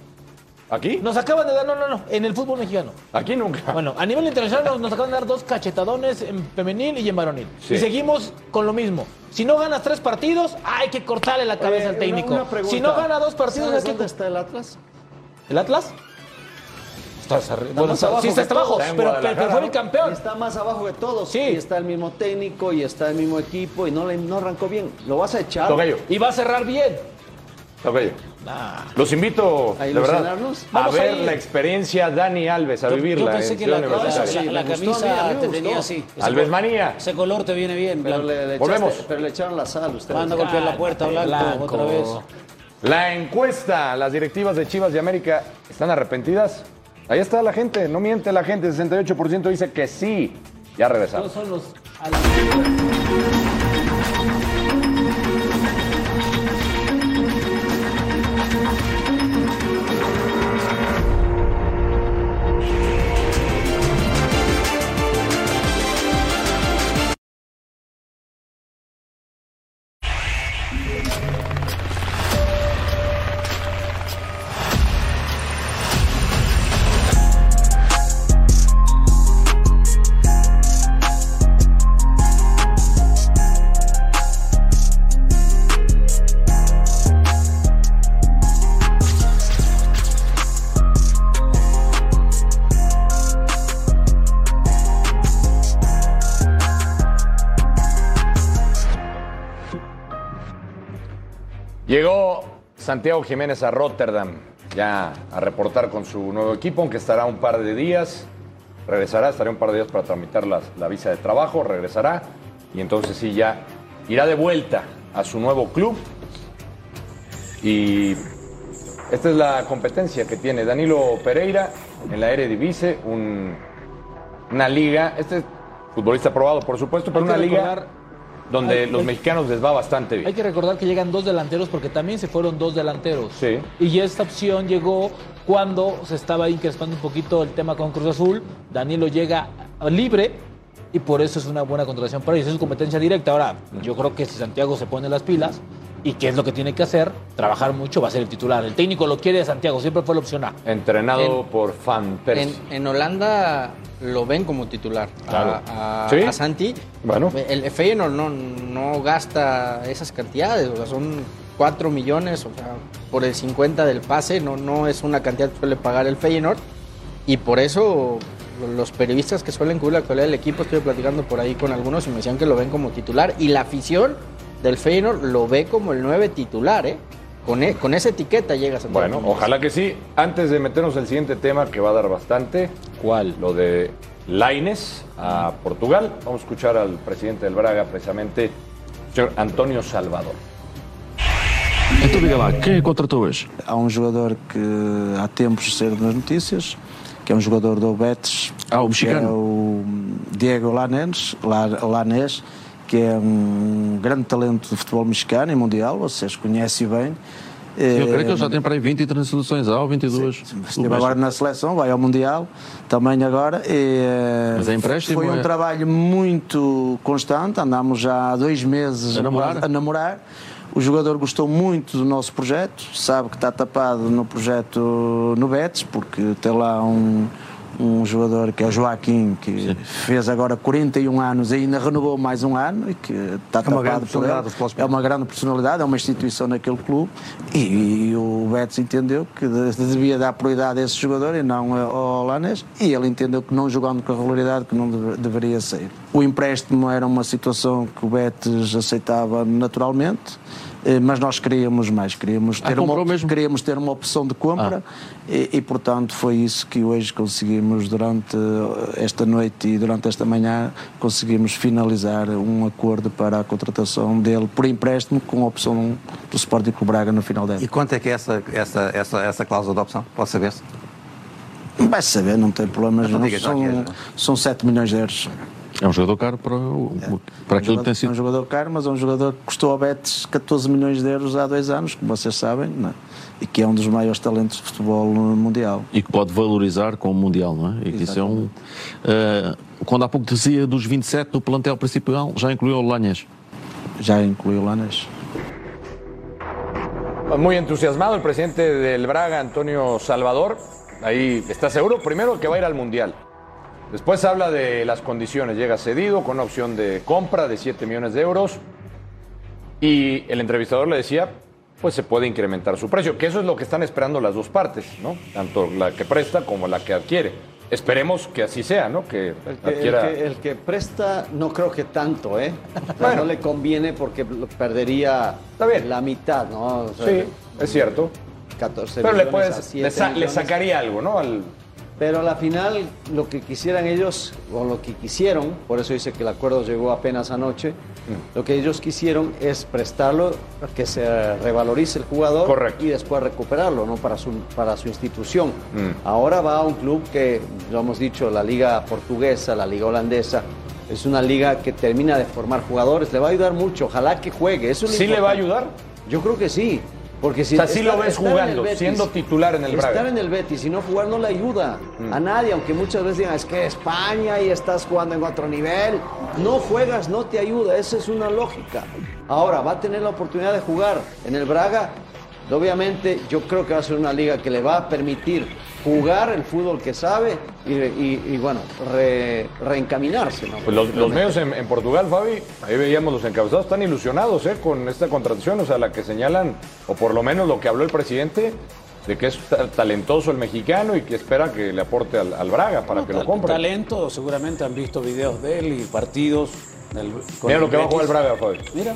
¿Aquí? Nos acaban de dar, no, no, no, en el fútbol mexicano. Aquí nunca. Bueno, a nivel internacional nos, nos acaban de dar dos cachetadones en femenil y en varonil. Sí. Y seguimos con lo mismo. Si no ganas tres partidos, hay que cortarle la cabeza al técnico. si no gana dos partidos, hay ¿Sabes que... dónde está el Atlas? ¿El Atlas? Estás arriba. Bueno, más abajo sí, está que hasta abajo, todos. Está en pero, pero- pero Guadalajara, fue el campeón. Está más abajo de todos. Sí. Y está el mismo técnico y está el mismo equipo y no, le- no arrancó bien. Lo vas a echar. Tocayo, Y va a cerrar bien. Está bello. Los invito, ¿A de verdad, ilusionarnos? a Vamos a ver ir. la experiencia Dani Alves, a Yo- vivirla. Yo pensé en que Ciudad la, Universitaria. la- sí, me la gustó a camisa mí, a mí te me tenía gustó. así. Ese Alves color- Manía. Ese color te viene bien, Pero blanco. le, Eh, le echaste- Volvemos. pero le echaron la sal ustedes. Manda a golpear la puerta, blanco, Blanco. otra vez. La encuesta, las directivas de Chivas de América, ¿están arrepentidas? Ahí está la gente, no miente la gente, 68% dice que sí. Ya regresamos. Todos son los Llegó Santiago Jiménez a Rotterdam, ya a reportar con su nuevo equipo, aunque estará un par de días. Regresará, estará un par de días para tramitar las- la, visa de trabajo, regresará y entonces sí ya irá de vuelta a su nuevo club. Y esta es la competencia que tiene Danilo Pereira en la Eredivisie, un- una liga, este es futbolista probado por supuesto, pero Hay que una liga recordar- donde hay- los hay- mexicanos les va bastante bien. Hay que recordar que llegan dos delanteros porque también se fueron dos delanteros. Sí. Y esta opción llegó cuando se estaba ahí crespando un poquito el tema con Cruz Azul. Danilo llega libre y por eso es una buena contratación para ellos. Es su competencia directa. Ahora, yo creo que si Santiago se pone las pilas y qué es lo que tiene que hacer, trabajar mucho, va a ser el titular. El técnico lo quiere de Santiago, siempre fue la opción A. Entrenado En- por Fan En, Persie. en Holanda lo ven como titular a- Claro. a, Sí. a Santi. Bueno. El Feyenoord no, no gasta esas cantidades, o sea, son 4 millones, o sea, por el 50 del pase, no, no es una cantidad que suele pagar el Feyenoord. Y por eso los periodistas que suelen cubrir la actualidad del equipo, estoy platicando por ahí con algunos y me decían que lo ven como titular. Y la afición del Feyenoord lo ve como el 9 titular, ¿eh? Con, e- con esa etiqueta llegas a Bueno, ojalá que sí. Antes de meternos al siguiente tema que va a dar bastante, ¿Cuál? lo de Laines a Portugal, vamos a escuchar al presidente del Braga, precisamente, señor Antonio Salvador. Então diga lá, quem é que contratou hoje? Há um jogador que há tempos saiu nas notícias, que é um jogador do Betis, Ah, o que é mexicano. o Diego Lanes, La- Lanes, que é um grande talento de futebol mexicano e mundial, vocês conhecem bem. Eu creio que Eh, ele já tem para aí 20 transduções, ah, ou 22. Esteve agora na seleção, vai ao Mundial também agora. E, eh, Mas é empréstimo, Foi um é? trabalho muito constante, andámos já há dois meses A namorar? a namorar. O jogador gostou muito do nosso projeto, sabe que está tapado no projeto no Betis, porque tem lá um, um jogador que é o Joaquim, que fez agora 41 anos e ainda renovou mais um ano e que está É uma tapado por grande personalidade do futebol ele. É espanhol. uma grande personalidade, é uma instituição naquele clube e, e o Betis entendeu que de- devia dar prioridade a esse jogador e não a- ao Lanes e ele entendeu que não jogando com a regularidade que não deve- deveria sair. O empréstimo era uma situação que o Betis aceitava naturalmente, eh, mas nós queríamos mais, queríamos Ah, ter, uma, comprou op- mesmo? queríamos ter uma opção de compra Ah. e, e, portanto foi isso que hoje conseguimos durante eh, esta noite e durante esta manhã conseguimos finalizar um acordo para a contratação dele por empréstimo com a opção do Sporting Clube Braga no final da E época. quanto é que é essa, essa, essa, essa cláusula de opção? Posso saber-se? Vai saber, não tem problemas, Então não, diga, já que é, são, já. são 7 milhões de euros. É um jogador caro para, o- para aquilo jogador, que tem é um sido. jogador caro, mas é um jogador que custou ao Betis 14 milhões de euros há dois anos, como vocês sabem, não é? e que é um dos maiores talentos de futebol mundial. E que pode valorizar com o Mundial, não é? E que isso é um. Ah, quando há pouco dizia dos 27 do plantel principal, já incluiu o Lanhas. Já incluiu lá nas. Muy entusiasmado el presidente del Braga, Antonio Salvador. Ahí está seguro, primero que va a ir al Mundial. Después habla de las condiciones. Llega cedido con una opción de compra de 7 millones de euros. Y el entrevistador le decía, pues se puede incrementar su precio, que eso es lo que están esperando las dos partes, ¿no? Tanto la que presta como la que adquiere. Esperemos que así sea, ¿no? Ah, Que que- El adquiera. que, el que presta, no creo que tanto, ¿eh? O sea, No le conviene porque lo- perdería la mitad, ¿no? O sea, Sí, es cierto. 14 Pero le millones puedes- a 7 le sa- le millones. sacaría algo, ¿no? Pero a la final, lo que quisieran ellos, o lo que quisieron, por eso dice que el acuerdo llegó apenas anoche, Mm. lo que ellos quisieron es prestarlo, que se revalorice el jugador y después recuperarlo, ¿no? Para su, para su institución. Mm. Ahora va a un club que, lo hemos dicho, la liga portuguesa, la liga holandesa, es una liga que termina de formar jugadores, le va a ayudar mucho, ojalá que juegue. Eso es lo ¿Sí le va a importante. Yo creo que sí. Porque si O sea, sí lo ves estar en jugando, el Betis, siendo titular en el Braga. Estar en el Betis y no jugar no le ayuda Mm. a nadie, aunque muchas veces digan, es que España y estás jugando en otro nivel. No juegas, no te ayuda, esa es una lógica. Ahora va a tener la oportunidad de jugar en el Braga. Obviamente yo creo que va a ser una liga que le va a permitir jugar el fútbol que sabe y, y- y, bueno, re- reencaminarse. ¿no? Pues los, los medios en, en Portugal, Fabi, ahí veíamos los encabezados, están ilusionados ¿eh? con esta contratación, o sea, la que señalan, o por lo menos lo que habló el presidente, de que es ta- talentoso el mexicano y que espera que le aporte al, al Braga para que lo Tal- compre. Talento, seguramente han visto videos de él y partidos. del- con Mira lo el que va a jugar el Betis. Braga, Fabi. Mira,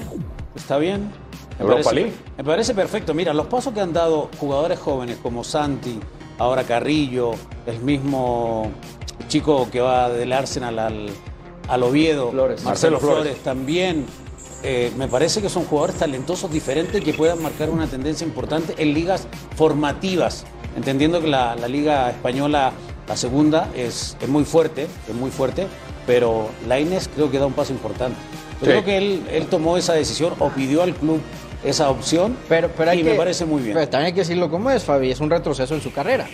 está bien. Me Europa parece- League. Me parece perfecto. Mira, los pasos que han dado jugadores jóvenes como Santi, ahora Carrillo, el mismo chico que va del Arsenal al, al Oviedo, Marcelo Marcelo Flores. Flores, también. Eh, me parece que son jugadores talentosos diferentes que puedan marcar una tendencia importante en ligas formativas, entendiendo que la, la liga española, la segunda, es, es muy fuerte, es muy fuerte, pero Laines creo que da un paso importante. Yo Sí. creo que él, él tomó esa decisión o pidió al club esa opción Pero hay y que- me parece muy bien. Pero también hay que decirlo como es, Fabi. Es un retroceso en su carrera.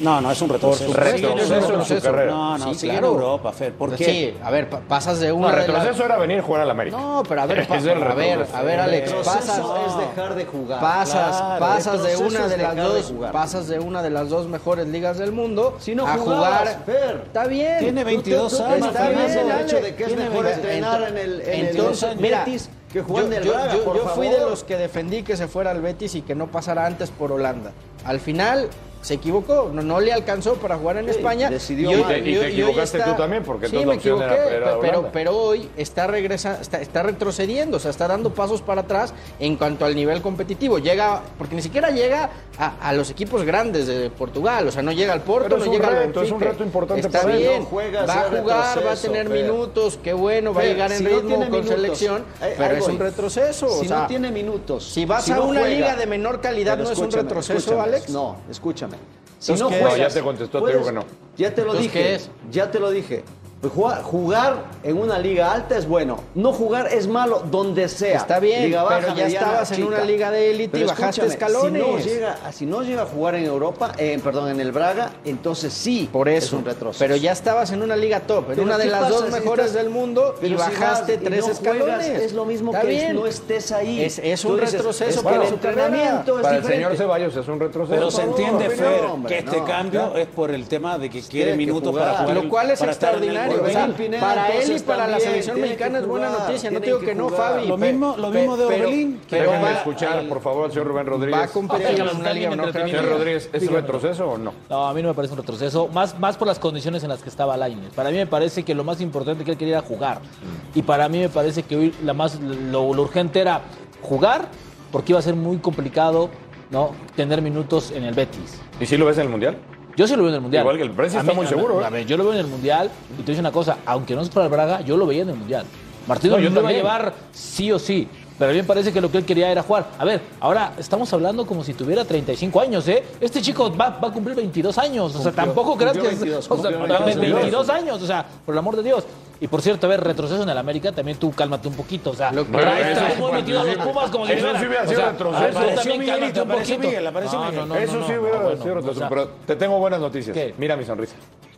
No, no, es un retroceso. Por supuesto, Retroceso es un en su retroceso. carrera. No, no, sigue en Europa, Fer, ¿por qué? Pues Sí, a ver, pa- pasas de una. No, de la- retroceso era venir a jugar al América. No, pero a ver, pa- Ese es el a ver, retroceso. a ver, Alex, Retroceso pasas. es dejar de jugar. Pasas, Claro, pasas de retroceso una es de las dejar dos, jugar. pasas de una de las dos mejores ligas del mundo no a jugabas, jugar. Fer. Está bien. Tiene 22 años, Está bien, Fernando, el Alex. hecho de que es Tiene mejor 22 entrenar en el- en el 22 años. Betis que jugar en el yo, Braga, yo- por yo fui de favor. los que defendí que se fuera al Betis y que no pasara antes por Holanda. Al final se equivocó, no, no le alcanzó para jugar en España. decidió hoy- mal. Y te- y te hoy equivocaste tú también, porque sí, entonces me la opción era- equivoqué, era pero, Holanda. pero hoy está regresa, está, está retrocediendo, o sea, está dando pasos para atrás en cuanto al nivel competitivo. Llega, porque ni siquiera llega a, a los equipos grandes de Portugal, o sea, no llega al Porto, Pero es no un llega al reto, es un Benfica. reto importante está para él. bien, No juegas, va a es jugar, va a retroceso, tener Fer. minutos, qué bueno, va a Fer, llegar en si no ritmo tiene con minutos, selección, eh, pero ahí es voy. un retroceso. o Si sea, no tiene minutos. si vas a no una juega- liga de menor calidad, Pero ¿no es un escúchame, retroceso, escúchame, Alex? No, escúchame. Si Entonces, no ¿qué juegas, es? No, ya te contestó, te digo puedes- que no. Ya te lo Entonces, dije, ¿qué es? ya te lo dije. Pues Jugar, jugar en una liga alta es bueno. No jugar es malo donde sea. Está bien, Liga baja, pero ya mediana, estabas en chica. una liga de élite Pero y bajaste escúchame, escalones. Si no llega, ah, si no llega a jugar en Europa, eh, perdón, en el Braga, entonces sí. Por eso. es un retroceso. Pero ya estabas en una liga top, en Pero una de ¿qué las pasa dos si mejores estás- del mundo y pero si bajaste vas y tres no escalones. juegas, es lo mismo Está que bien. no estés ahí. Es, es Tú un dices, retroceso es para bueno, su entrenamiento entrenamiento. es Para el diferente. señor Ceballos es un retroceso. Pero se Por entiende, favor, Fer, no, hombre, que este no. Pues cambio es por el tema de que quiere que minutos jugar. para jugar. Lo el- cual es para estar en el extraordinario. o sea, Mundial. para él y para la selección mexicana es buena noticia. No te digo que, no, Fabi. Lo pe- mismo, lo pe- mismo de pero- Orbelín. Pero, Déjenme va- escuchar, por favor, al señor Rubén Rodríguez. va a competir en Ojalá Ah, una liga estén no creo entretenidos. que- Señor Rodríguez, ¿es un retroceso o no? No, a mí no me parece un retroceso, más, más por las condiciones en las que estaba Lainez. Para mí me parece que lo más importante que él quería era jugar. Mm. Y para mí me parece que hoy la más, lo, lo urgente era jugar, porque iba a ser muy complicado ¿no? tener minutos en el Betis. ¿Y si lo ves en el Mundial? Yo sí lo veo en el Mundial. Igual que el Presi A está mí- muy a- seguro, ¿eh? A ver, yo lo veo en el Mundial y te digo una cosa, aunque no es para el Braga, yo lo veía en el Mundial. Martino No, yo lo iba a también. llevar sí o sí. Pero a mí me parece que lo que él quería era jugar. A ver, ahora estamos hablando como si tuviera 35 años, ¿eh? Este chico va, va a cumplir 22 años. O sea, Cumplió- tampoco creas que cumplió es. 22, o sea, cumplió 22, 22. años, o sea, por el amor de Dios. Y por cierto, a ver, retroceso en el América, también tú cálmate un poquito. O sea, traes eso- traes muy metido a los Pumas como si Eso fuera- sí hubiera o sido sea, retroceso. tú también Apareció cálmate Miguelito, un apareció poquito. Miguel, apareció No, no, Miguel. no, Eso no, sí no, hubiera no, bueno, sido o retroceso, sea, pero te tengo buenas noticias. ¿Qué? Mira mi sonrisa.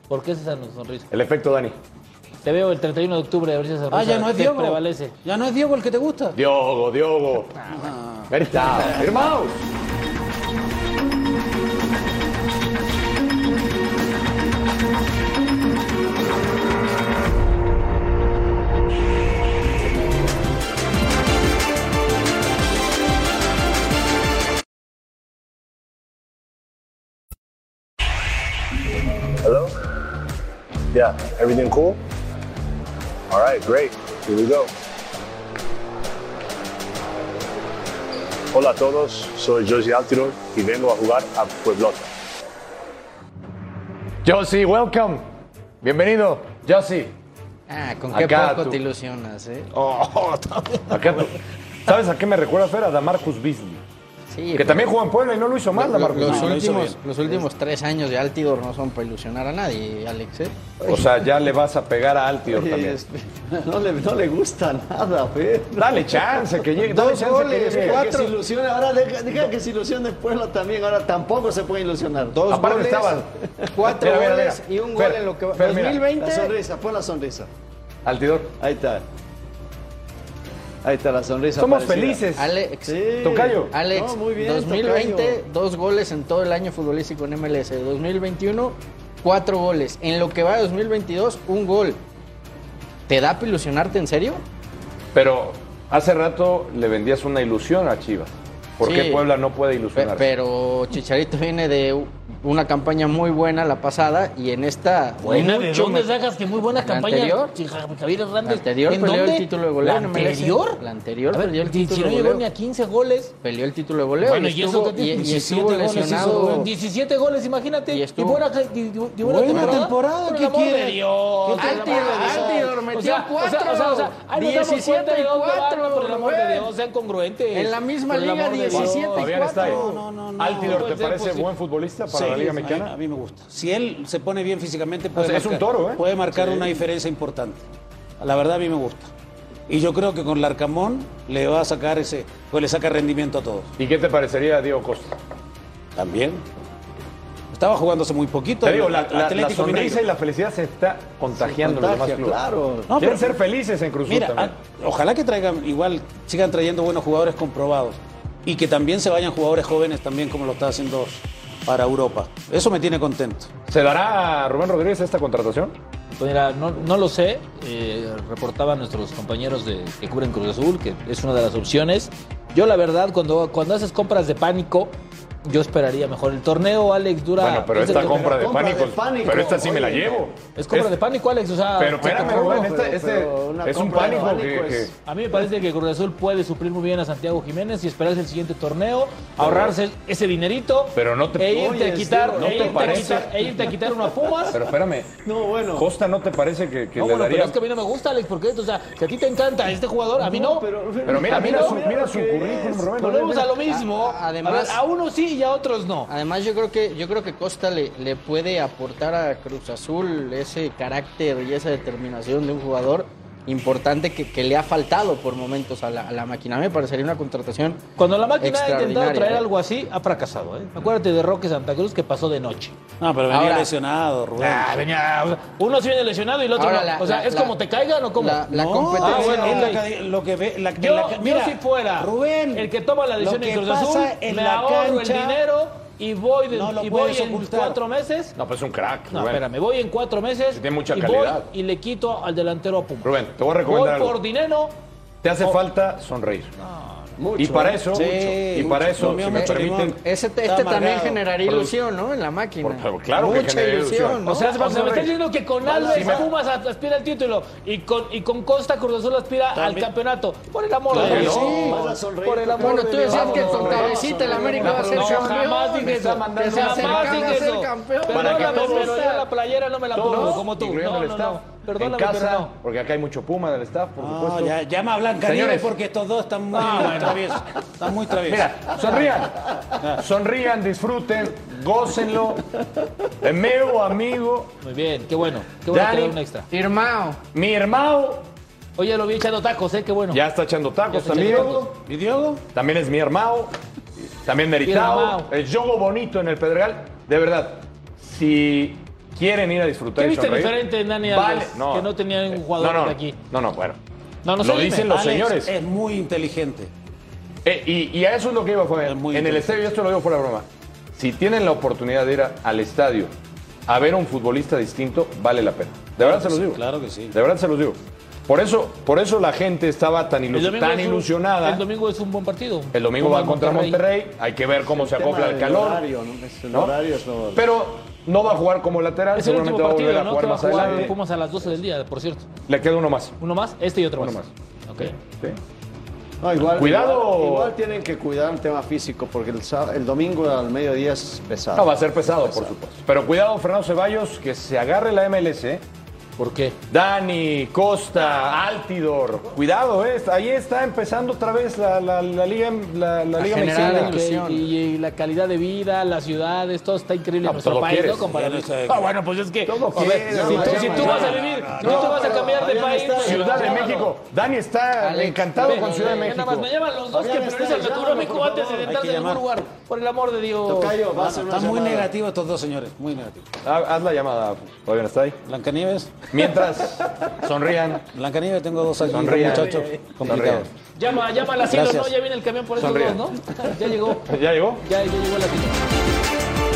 ¿Por qué es esa sonrisa? El efecto Dani. Te veo el 31 de octubre, a ver si esa Ah, sonrisa ya no es te Diogo. prevalece. Ya no es Diego el que te gusta. Diogo, Diogo. Verdad, hermanos. Yeah, everything cool? All right, great. Here we go. Hola a todos, soy Josie Altidor y vengo a jugar a Pueblota. Josie, welcome. Bienvenido, Josie. Ah, con qué Acá poco tú. te ilusionas, ¿eh? Oh, acá tú. ¿Sabes a qué me recuerda Fer? A Damarcus Beasley. Sí, que también jugó en Puebla y no lo hizo mal, Lo- lo- Damarcus Los, Beasley. últimos, los últimos tres años de Altidor no son para ilusionar a nadie, Alex, ¿eh? O sea, ya le vas a pegar a Altidor Oye, también. es- No le, no le gusta nada, Fer. Dale chance que llegue, dale Dos chance que goles, llegue. cuatro. Que Que se se ilusione. Ahora deja, deja que se ilusione Puebla también. Ahora tampoco se puede ilusionar. Dos Aparte goles, estaban- cuatro Mira, mira, goles mira. y un Fer, gol en lo que va- Fer, mira. 2020. La sonrisa, pon la sonrisa. Altidor. Ahí está. Ahí está la sonrisa. Somos parecida. felices. Alex, Tocayo. Alex, No, muy bien, 2020, Tocayo. dos goles en todo el año futbolístico en MLS. 2021, cuatro goles. En lo que va de 2022, un gol. ¿Te da para ilusionarte en serio? Pero hace rato le vendías una ilusión a Chivas. ¿Por Sí. qué Puebla no puede Pe- ilusionar? Pero Chicharito viene de u- una campaña muy buena la pasada y en esta. Buena, ¿de mucho dónde me- sacas que muy buena ¿La campaña? anterior? Sí, Ja- Javier Hernández. La anterior ¿En peleó dónde? el título de goleo. ¿La en MLS. anterior? La anterior A ver, perdió el si título no de llegó goleo. ni a 15 goles. Peleó el título de goleo. Bueno, y, ¿y eso estuvo, qué te- y- y 17 estuvo goles hizo lesionado. Rubén. 17 goles, imagínate. Y, estuvo- buena, y- y- y buena Buena temporada. temporada, Por el ¿qué amor de quiere? Dios. ¿Qué te- Altidor, Altidor, metió cuatro. O sea, o sea, ahí nos damos 17 cuenta de dónde van, cuatro, por el amor de Rubén. Dios. Sean congruentes. En la misma Por el liga, amor de Dios. 17 Fabián está ahí. Altidor, ¿te Puede ser parece posible. buen futbolista para Sí, la Liga a mí- Mexicana? A mí, me gusta. Si él se pone bien físicamente, O puede sea, es marcar, un toro, ¿eh? puede marcar Sí. una diferencia importante. La verdad, a mí me gusta. Y yo creo que con Larcamón le va a sacar ese, pues le saca rendimiento a todos. ¿Y qué te parecería a Diego Costa? También. Estaba jugando hace muy poquito. Te digo, la, Atlético la- la sonrisa Mineiro. y la felicidad se está contagiando en los demás contagia, clubes. claro. No, Quieren pero- ser felices en Cruz Azul Mira, también. a- ojalá que traigan, igual sigan trayendo buenos jugadores comprobados y que también se vayan jugadores jóvenes también como lo está haciendo para Europa. Eso me tiene contento. ¿Se dará a Rubén Rodríguez esta contratación? Pues mira, no, no lo sé. eh, reportaban nuestros compañeros de, que cubren Cruz Azul, que es una de las opciones. Yo, la verdad, cuando, cuando haces compras de pánico, yo esperaría mejor el torneo, Alex, dura. Bueno, pero es el esta torneo- compra Ah, de Compra pánico- de pánico, pero esta sí me la oye. llevo. Es compra Es- de pánico, Alex, o sea. Pero se espérame, acabó. Rubén, esta- Pero- este pero una es un compra de pánico pánico que- es- A mí me parece que Cruz Azul puede suplir muy bien a Santiago Jiménez y esperarse el siguiente torneo, ahorrarse ese dinerito. Pero no te- e irte Oye, a quitar, Esteban, ¿no e te irte a parece? quitar- e irte a quitar una Pumas. Pero espérame. No, bueno. ¿Costa no te parece que, que No, le bueno, daría...? pero es que a mí no me gusta, Alex, porque esto, o sea, si a ti te encanta este jugador, a mí no. Pero, Pero mira, mira su- mira su currículum, Rubén. Volvemos Mira, a lo mismo. Ah, A- a, ver, a unos sí y a otros no. Además, yo creo que yo creo que Costa le, le puede aportar a Cruz Azul ese carácter y esa determinación de un jugador importante que, que le ha faltado por momentos a la, a la máquina. A mí me parecería una contratación. Cuando la máquina ha intentado extraordinaria. traer algo así, ha fracasado, ¿eh? Acuérdate de Roque Santa Cruz que pasó de noche. No, pero venía Ahora- lesionado, Rubén. Ah, venía. o sea, Uno se viene lesionado y el otro Ahora no. la- o sea, la- ¿es la- como te caigan o cómo? la- la No, competencia- Ah, bueno, es la ok. ca- lo que ve- la- yo, la ca- yo mira, si fuera Rubén, el que toma la lo decisión en que Cruz pasa Azul, en me la ahorro cancha el dinero y voy, de- no lo y voy puedes en ocultar. cuatro meses No, pues es un crack, No, Rubén. espérame, voy en cuatro meses. tiene mucha y calidad. Voy y le quito al delantero a Pumas. Rubén, te voy a recomendar Voy algo. por dinero. Te Oh. hace falta sonreír. y para ¿eh? eso, y para eso, si me permiten... Ese, este Está también amargado. generaría Produ- ilusión, ¿no? En la máquina. Por- claro que Mucha genera ilusión. ilusión. ¿no? O sea, se me Vamos a está ver. diciendo que con Vamos a Alves ver. Pumas aspira al título y con, y con Costa Cruz Azul aspira al campeonato. Por el amor de Claro Dios. que sí. Por- Vas a sonreír, Por el amor Bueno, de tú Dios. decías que con Vamos, cabecita el vamos, América no, va a ser no, campeón. Jamás Me dije está eso. mandando Que se una jamás señal. dije Va a eso. ser campeón. Para que Perdóname, todos- pero yo la playera no me la pongo Todos, como tú. incluyendo No, el no, staff, no. Perdóname, en casa, pero no. porque acá hay mucho Puma del staff, por No, supuesto. ya, llama a Blanca Señores. porque estos dos están muy Ah, bueno. traviesos. Están muy traviesos. Mira, sonrían. Sonrían, disfruten, gócenlo. Eh, Meu amigo. Muy bien, qué bueno. Qué bueno Dani. que era un extra. Firmao. Mi hermano. Oye, lo vi echando tacos, ¿eh? Qué bueno. Ya está echando Ya tacos está también. echando ¿Y Diogo? También es mi hermano. También meritado. Hermao. El yogo bonito en el Pedregal. De verdad, si quieren ir a disfrutar ¿Qué y viste sonreír, diferente en Dani vale, Alves? no. eh, Que no tenía ningún No, jugador no, de aquí. no, no, bueno. No, no sé, Lo dime. Ah, dicen los Alex, eh. señores. Es muy inteligente. Eh, y, y a eso es lo que iba, Fabián. En el inteligente. estadio, esto lo digo por la broma. Si tienen la oportunidad de ir a- al estadio a ver a un futbolista distinto, vale la pena. De verdad se los digo. Claro que sí. De verdad se los digo. Por eso, por eso la gente estaba tan, ilu- El domingo tan es un- ilusionada. El domingo es un buen partido. El domingo Como va contra Monterrey. Hay que ver cómo se acopla el calor. horario, ¿no? Es El ¿no? horario es lo- Pero No va a jugar como lateral, Es el seguramente último va a volver partido, a ¿no? jugar Que va a más jugar adelante. Pumas a las 12 del día, por cierto. Le queda uno más. Uno más, este y otro Uno más. Ok. No, igual, Cuidado. Igual, igual tienen que cuidar el tema físico porque el, sá- el domingo al mediodía es pesado. No, va a ser pesado, por supuesto. Pero cuidado, Fernando Ceballos, que se agarre la MLS. ¿Por qué? ¿eh? Dani, Costa, Altidor. Cuidado, eh. ahí está empezando otra vez la, la- la Liga, la, la A liga generar Mexicana. el- y, y la calidad de vida, las ciudades, todo está increíble No, pues en nuestro todo país, quieres. ¿no? Comparado. Ya no sé. Ah, bueno, pues es que. a ver, quieres. si, No, tú, ya si no tú sé. vas a vivir, No, tú no, te vas a pero cambiar de habían país. estado- Ciudad de México. Dani está encantado con Ciudad de México. Nada más me llaman los dos que Habían priorizan estado, México llámalo, antes de por favor. sentarse Hay en que ningún llamar. lugar. Por el amor de Dios. Están muy negativos estos dos señores, muy negativos. Ah, Haz la llamada, todavía no está ahí. Blancanieves. Mientras, sonrían. Blancanieves, tengo dos años, Sonrían. muchachos Sonrían. complicados. Llama, llama al asilo, Gracias. ¿no? Ya viene el camión por esos Sonríe. dos, ¿no? Ya llegó. pues ¿Ya llegó? Ya, ya llegó el asilo.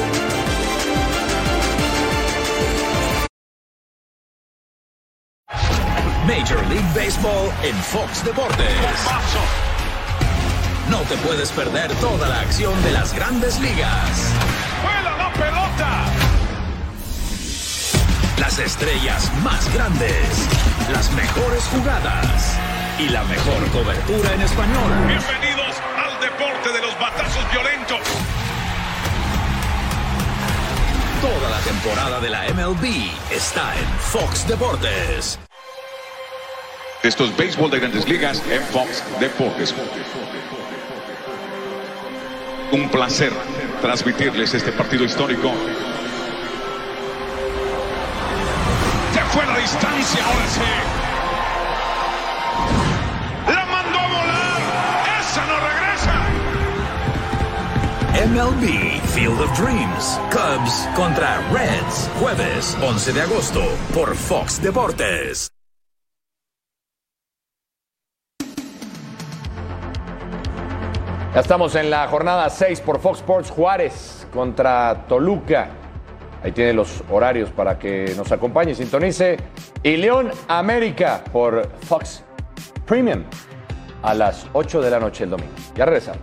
Major League Baseball en Fox Deportes. No te puedes perder toda la acción de las grandes ligas. la pelota! Las estrellas más grandes, las mejores jugadas y la mejor cobertura en español. Bienvenidos al deporte de los batazos violentos. Toda la temporada de la MLB está en Fox Deportes. Esto es béisbol de grandes ligas en Fox Deportes. Un placer transmitirles este partido histórico. Se fue la distancia, ahora sí. La mandó a volar. Esa no regresa. MLB Field of Dreams. Cubs contra Reds. Jueves 11 de agosto por Fox Deportes. Ya estamos en la jornada 6 por Fox Sports Juárez contra Toluca. Ahí tiene los horarios para que nos acompañe, sintonice. Y León América por Fox Premium a las 8 de la noche el domingo. Ya regresamos.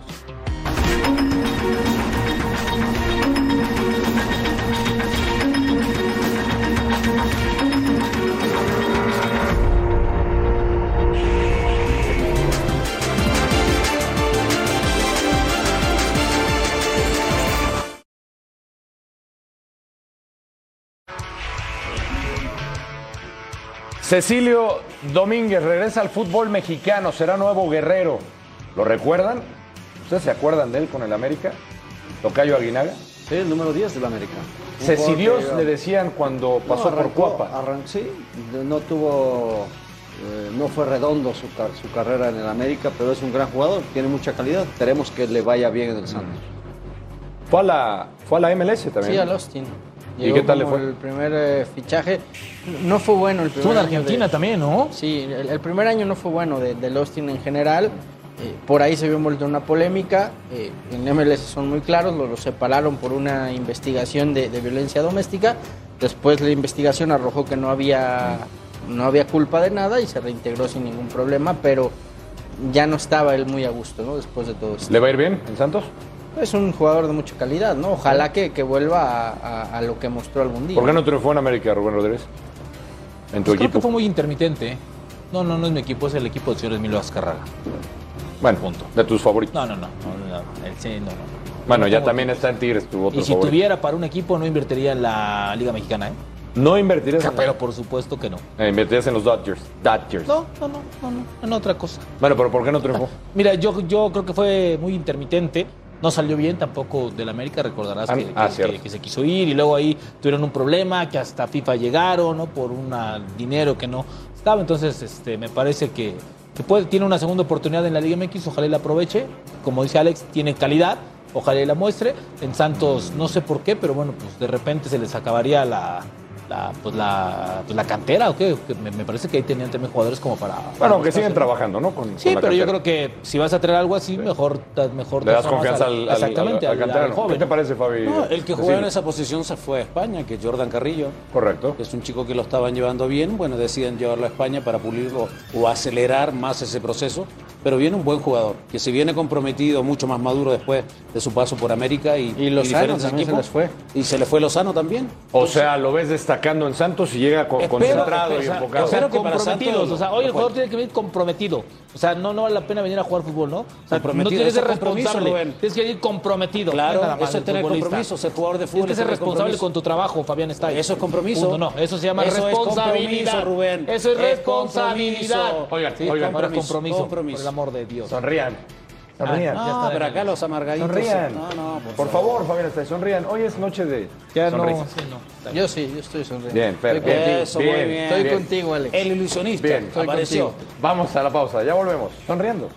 Cecilio Domínguez regresa al fútbol mexicano, será nuevo guerrero. ¿Lo recuerdan? ¿Ustedes se acuerdan de él con el América? Tocayo Aguinaga. Sí, el número 10 del América. Un Cecilios jugador que- le decían cuando No, pasó por arrancó- Cuapa. arran- sí, no tuvo, eh, no fue redondo su, car- su carrera en el América, pero es un gran jugador, tiene mucha calidad. Esperemos que le vaya bien en el Santos. Fue a la, fue a la MLS también. Sí, ¿no? al Austin. ¿Y Llegó qué tal le como fue? El primer eh, fichaje no fue bueno. El primer Estuvo en año Argentina también, ¿no? Sí, el, el primer año no fue bueno de- del Austin en general. Eh, por ahí se vio envuelto en una polémica. eh, en MLS son muy claros, lo, lo separaron por una investigación de, de violencia doméstica. Después la investigación arrojó que no había, no había culpa de nada y se reintegró sin ningún problema, pero ya no estaba él muy a gusto ¿no? después de todo esto. ¿Le va a ir bien en Santos? Es un jugador de mucha calidad, ¿no? Ojalá que, que vuelva a, a- a lo que mostró algún día. ¿Por qué no triunfó en América, Rubén Rodríguez? En tu Pues creo equipo. que fue muy intermitente. No, no, no es mi equipo, es el equipo del señor Emilio Azcarraga. Bueno, De tus favoritos. No, no, no. no, no, no, el- sí, no, no. Bueno, ya Como- también está en Tigres tu otro Y si favorito. tuviera para un equipo, no invertiría en la Liga Mexicana, ¿eh? No invertirías en- Pero por supuesto que no. Eh, invertirías en los Dodgers. Dodgers. No, no, no, no, no, en otra cosa. Bueno, pero ¿por qué no triunfó? Mira, yo, yo creo que fue muy intermitente. No salió bien tampoco del América, recordarás Ah, que, que- ah, cierto. que- que se quiso ir y luego ahí tuvieron un problema, que hasta FIFA llegaron, ¿no? Por un dinero que no estaba. Entonces, este, me parece que, que puede, tiene una segunda oportunidad en la Liga MX, ojalá y la aproveche. Como dice Alex, tiene calidad, ojalá y la muestre. En Santos no sé por qué, pero bueno, pues de repente se les acabaría la, la, pues la, pues la cantera o qué. Que Me, me parece que ahí tenían también jugadores como para... para Bueno, aunque mostrarse, siguen ¿no? trabajando, ¿no? Con, Sí, pero yo creo que si vas a traer algo así, mejor, ta- mejor Le te das asomas confianza a la- al, al, exactamente, al- al- al al canterano. ¿Qué joven. te parece, Fabi? No, el que Cecilio? jugaba en esa Pues, posición se fue a España, que es Jordan Carrillo. Correcto. Es un chico que lo estaban llevando bien, bueno, deciden llevarlo a España para pulirlo o acelerar más ese proceso. pero viene un buen jugador, que se viene comprometido, mucho más maduro después de su paso por América y, y Lozano también se les fue. Y se le fue Lozano también. O sea, lo ves destacando en Santos y llega co- concentrado y enfocado. Pero comprometidos. O sea, hoy el jugador tiene que venir comprometido. O sea, no, no vale la pena venir a jugar fútbol, ¿no? O sea, no Comprometido, tienes que ese ser compromiso, responsable. Rubén. Tienes que venir comprometido. Claro, nada más eso el es tener futbolista. compromiso, ser jugador de fútbol Tienes que es ser tener responsable compromiso. con tu trabajo, Fabián Stay. Eso es compromiso. Punto, No, eso se llama Eso es responsabilidad. compromiso, Rubén. Eso es, Es responsabilidad. compromiso. Oigan, Sí, oigan, ahora compromiso, compromiso, compromiso. Por el amor de Dios. Sonrían. Sonrían. Ah, no, pero acá los amargaditos. Sonrían. No, no, por, Por favor, Fabián, hasta sonrían. Hoy es noche de sonrisas. Yo sí, yo estoy sonriendo. Bien, pero- Estoy contigo. Eso, muy bien. Estoy bien. contigo, Alex. El ilusionista Bien, Estoy apareció. contigo. vamos a la pausa. Ya volvemos. Sonriendo.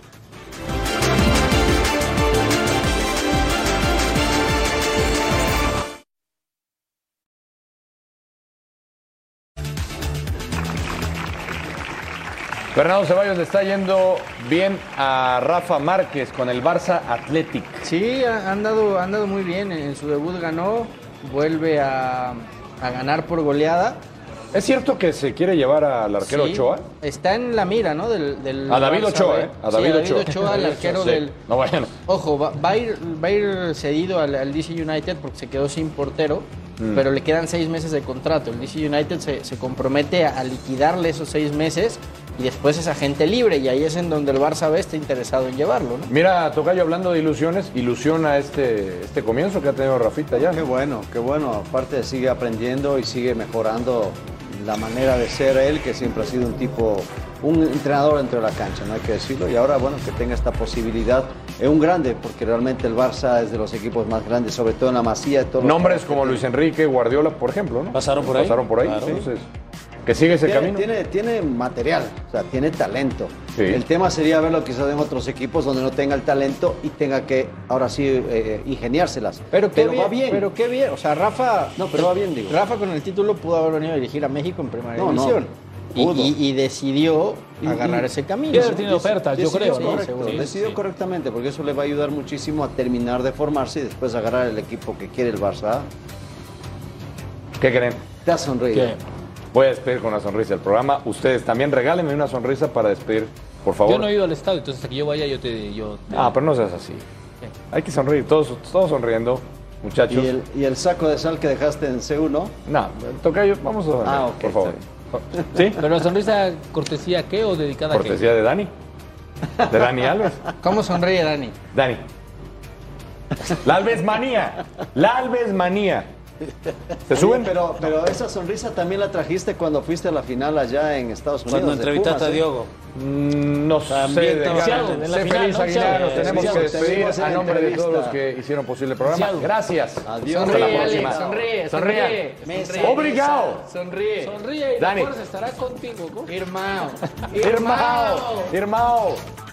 Fernando Ceballos le está yendo bien a Rafa Márquez con el Barça Athletic. Sí, ha- han dado, han dado muy bien. En su debut ganó, vuelve a, a ganar por goleada. ¿Es cierto que se quiere llevar al arquero Sí, Ochoa? Está en la mira, ¿no? Del, del A David Barça Ochoa, B. ¿eh? A Sí, David Ochoa. el arquero Sí, del. No vayan. Ojo, va, va a ir, va a ir cedido al, al DC United porque se quedó sin portero, Mm. pero le quedan seis meses de contrato. El DC United se, se compromete a, a liquidarle esos seis meses y después es agente libre y ahí es en donde el Barça B está interesado en llevarlo, ¿no? Mira, Tocayo, hablando de ilusiones, ilusiona este, este comienzo que ha tenido Rafita ya. Qué bueno, qué bueno. Aparte sigue aprendiendo y sigue mejorando la manera de ser él, que siempre ha sido un tipo, un entrenador dentro de la cancha, no hay que decirlo. Y ahora, bueno, que tenga esta posibilidad, es un grande, porque realmente el Barça es de los equipos más grandes, sobre todo en la Masía. Todo Nombres como Luis Enrique, Guardiola, por ejemplo, ¿no? Pasaron por ahí. Pasaron por ahí, Claro. entonces. Que sigue ese tiene, Este camino. Tiene, tiene material, o sea, tiene talento. Sí. El tema sería verlo quizás en otros equipos donde no tenga el talento y tenga que, ahora sí, eh, ingeniárselas. Pero, va bien. Pero qué bien. O sea, Rafa. No, pero va bien, digo. Rafa con el título pudo haber venido a dirigir a México en primera No, no. división. Y, Pudo. y- y decidió Y- agarrar y- ese camino. Debe haber Sí, tenido sí, decidió, Sí, ¿no? correcto. Seguro. Decidió correctamente, porque eso le va a ayudar muchísimo a terminar de formarse y después agarrar el equipo que quiere el Barça. ¿Qué creen? Te has sonreído. ¿Qué? Voy a despedir con una sonrisa el programa. Ustedes también regálenme una sonrisa para despedir, por favor. Yo no he ido al estadio, entonces hasta que yo vaya, yo te. Yo te- Ah, pero no seas así. Hay que sonreír, todos, todos sonriendo, muchachos. ¿Y el, y el saco de sal que dejaste en C1? No, toca yo. Vamos a Ah, ok. por favor. ¿Sí? Pero la sonrisa cortesía qué o dedicada a qué? Cortesía de Dani. De Dani Alves. ¿Cómo sonríe Dani? Dani. La Alves manía. La Alves manía. ¿Se Oye, suben? Pero, pero esa sonrisa también la trajiste cuando fuiste a la final allá en Estados Unidos. Cuando de entrevistaste Pumas, a ¿eh? Diogo. Mm, No sé, También de estaba- cara. en la Sé final, feliz, ¿no? Aguilar. Nos Sí, tenemos sí, que sí, despedir sí, sí, a sí, nombre de entrevista. todos los que hicieron posible el programa. Sí, Gracias. Adiós. Hasta la Sonríe, próxima. Alex, Sonríe, Sonríe. sonríe, Obrigado. Sonríe. Sonríe y Dani. la fuerza estará contigo. ¿no? Irmão. Irmão. Irmão.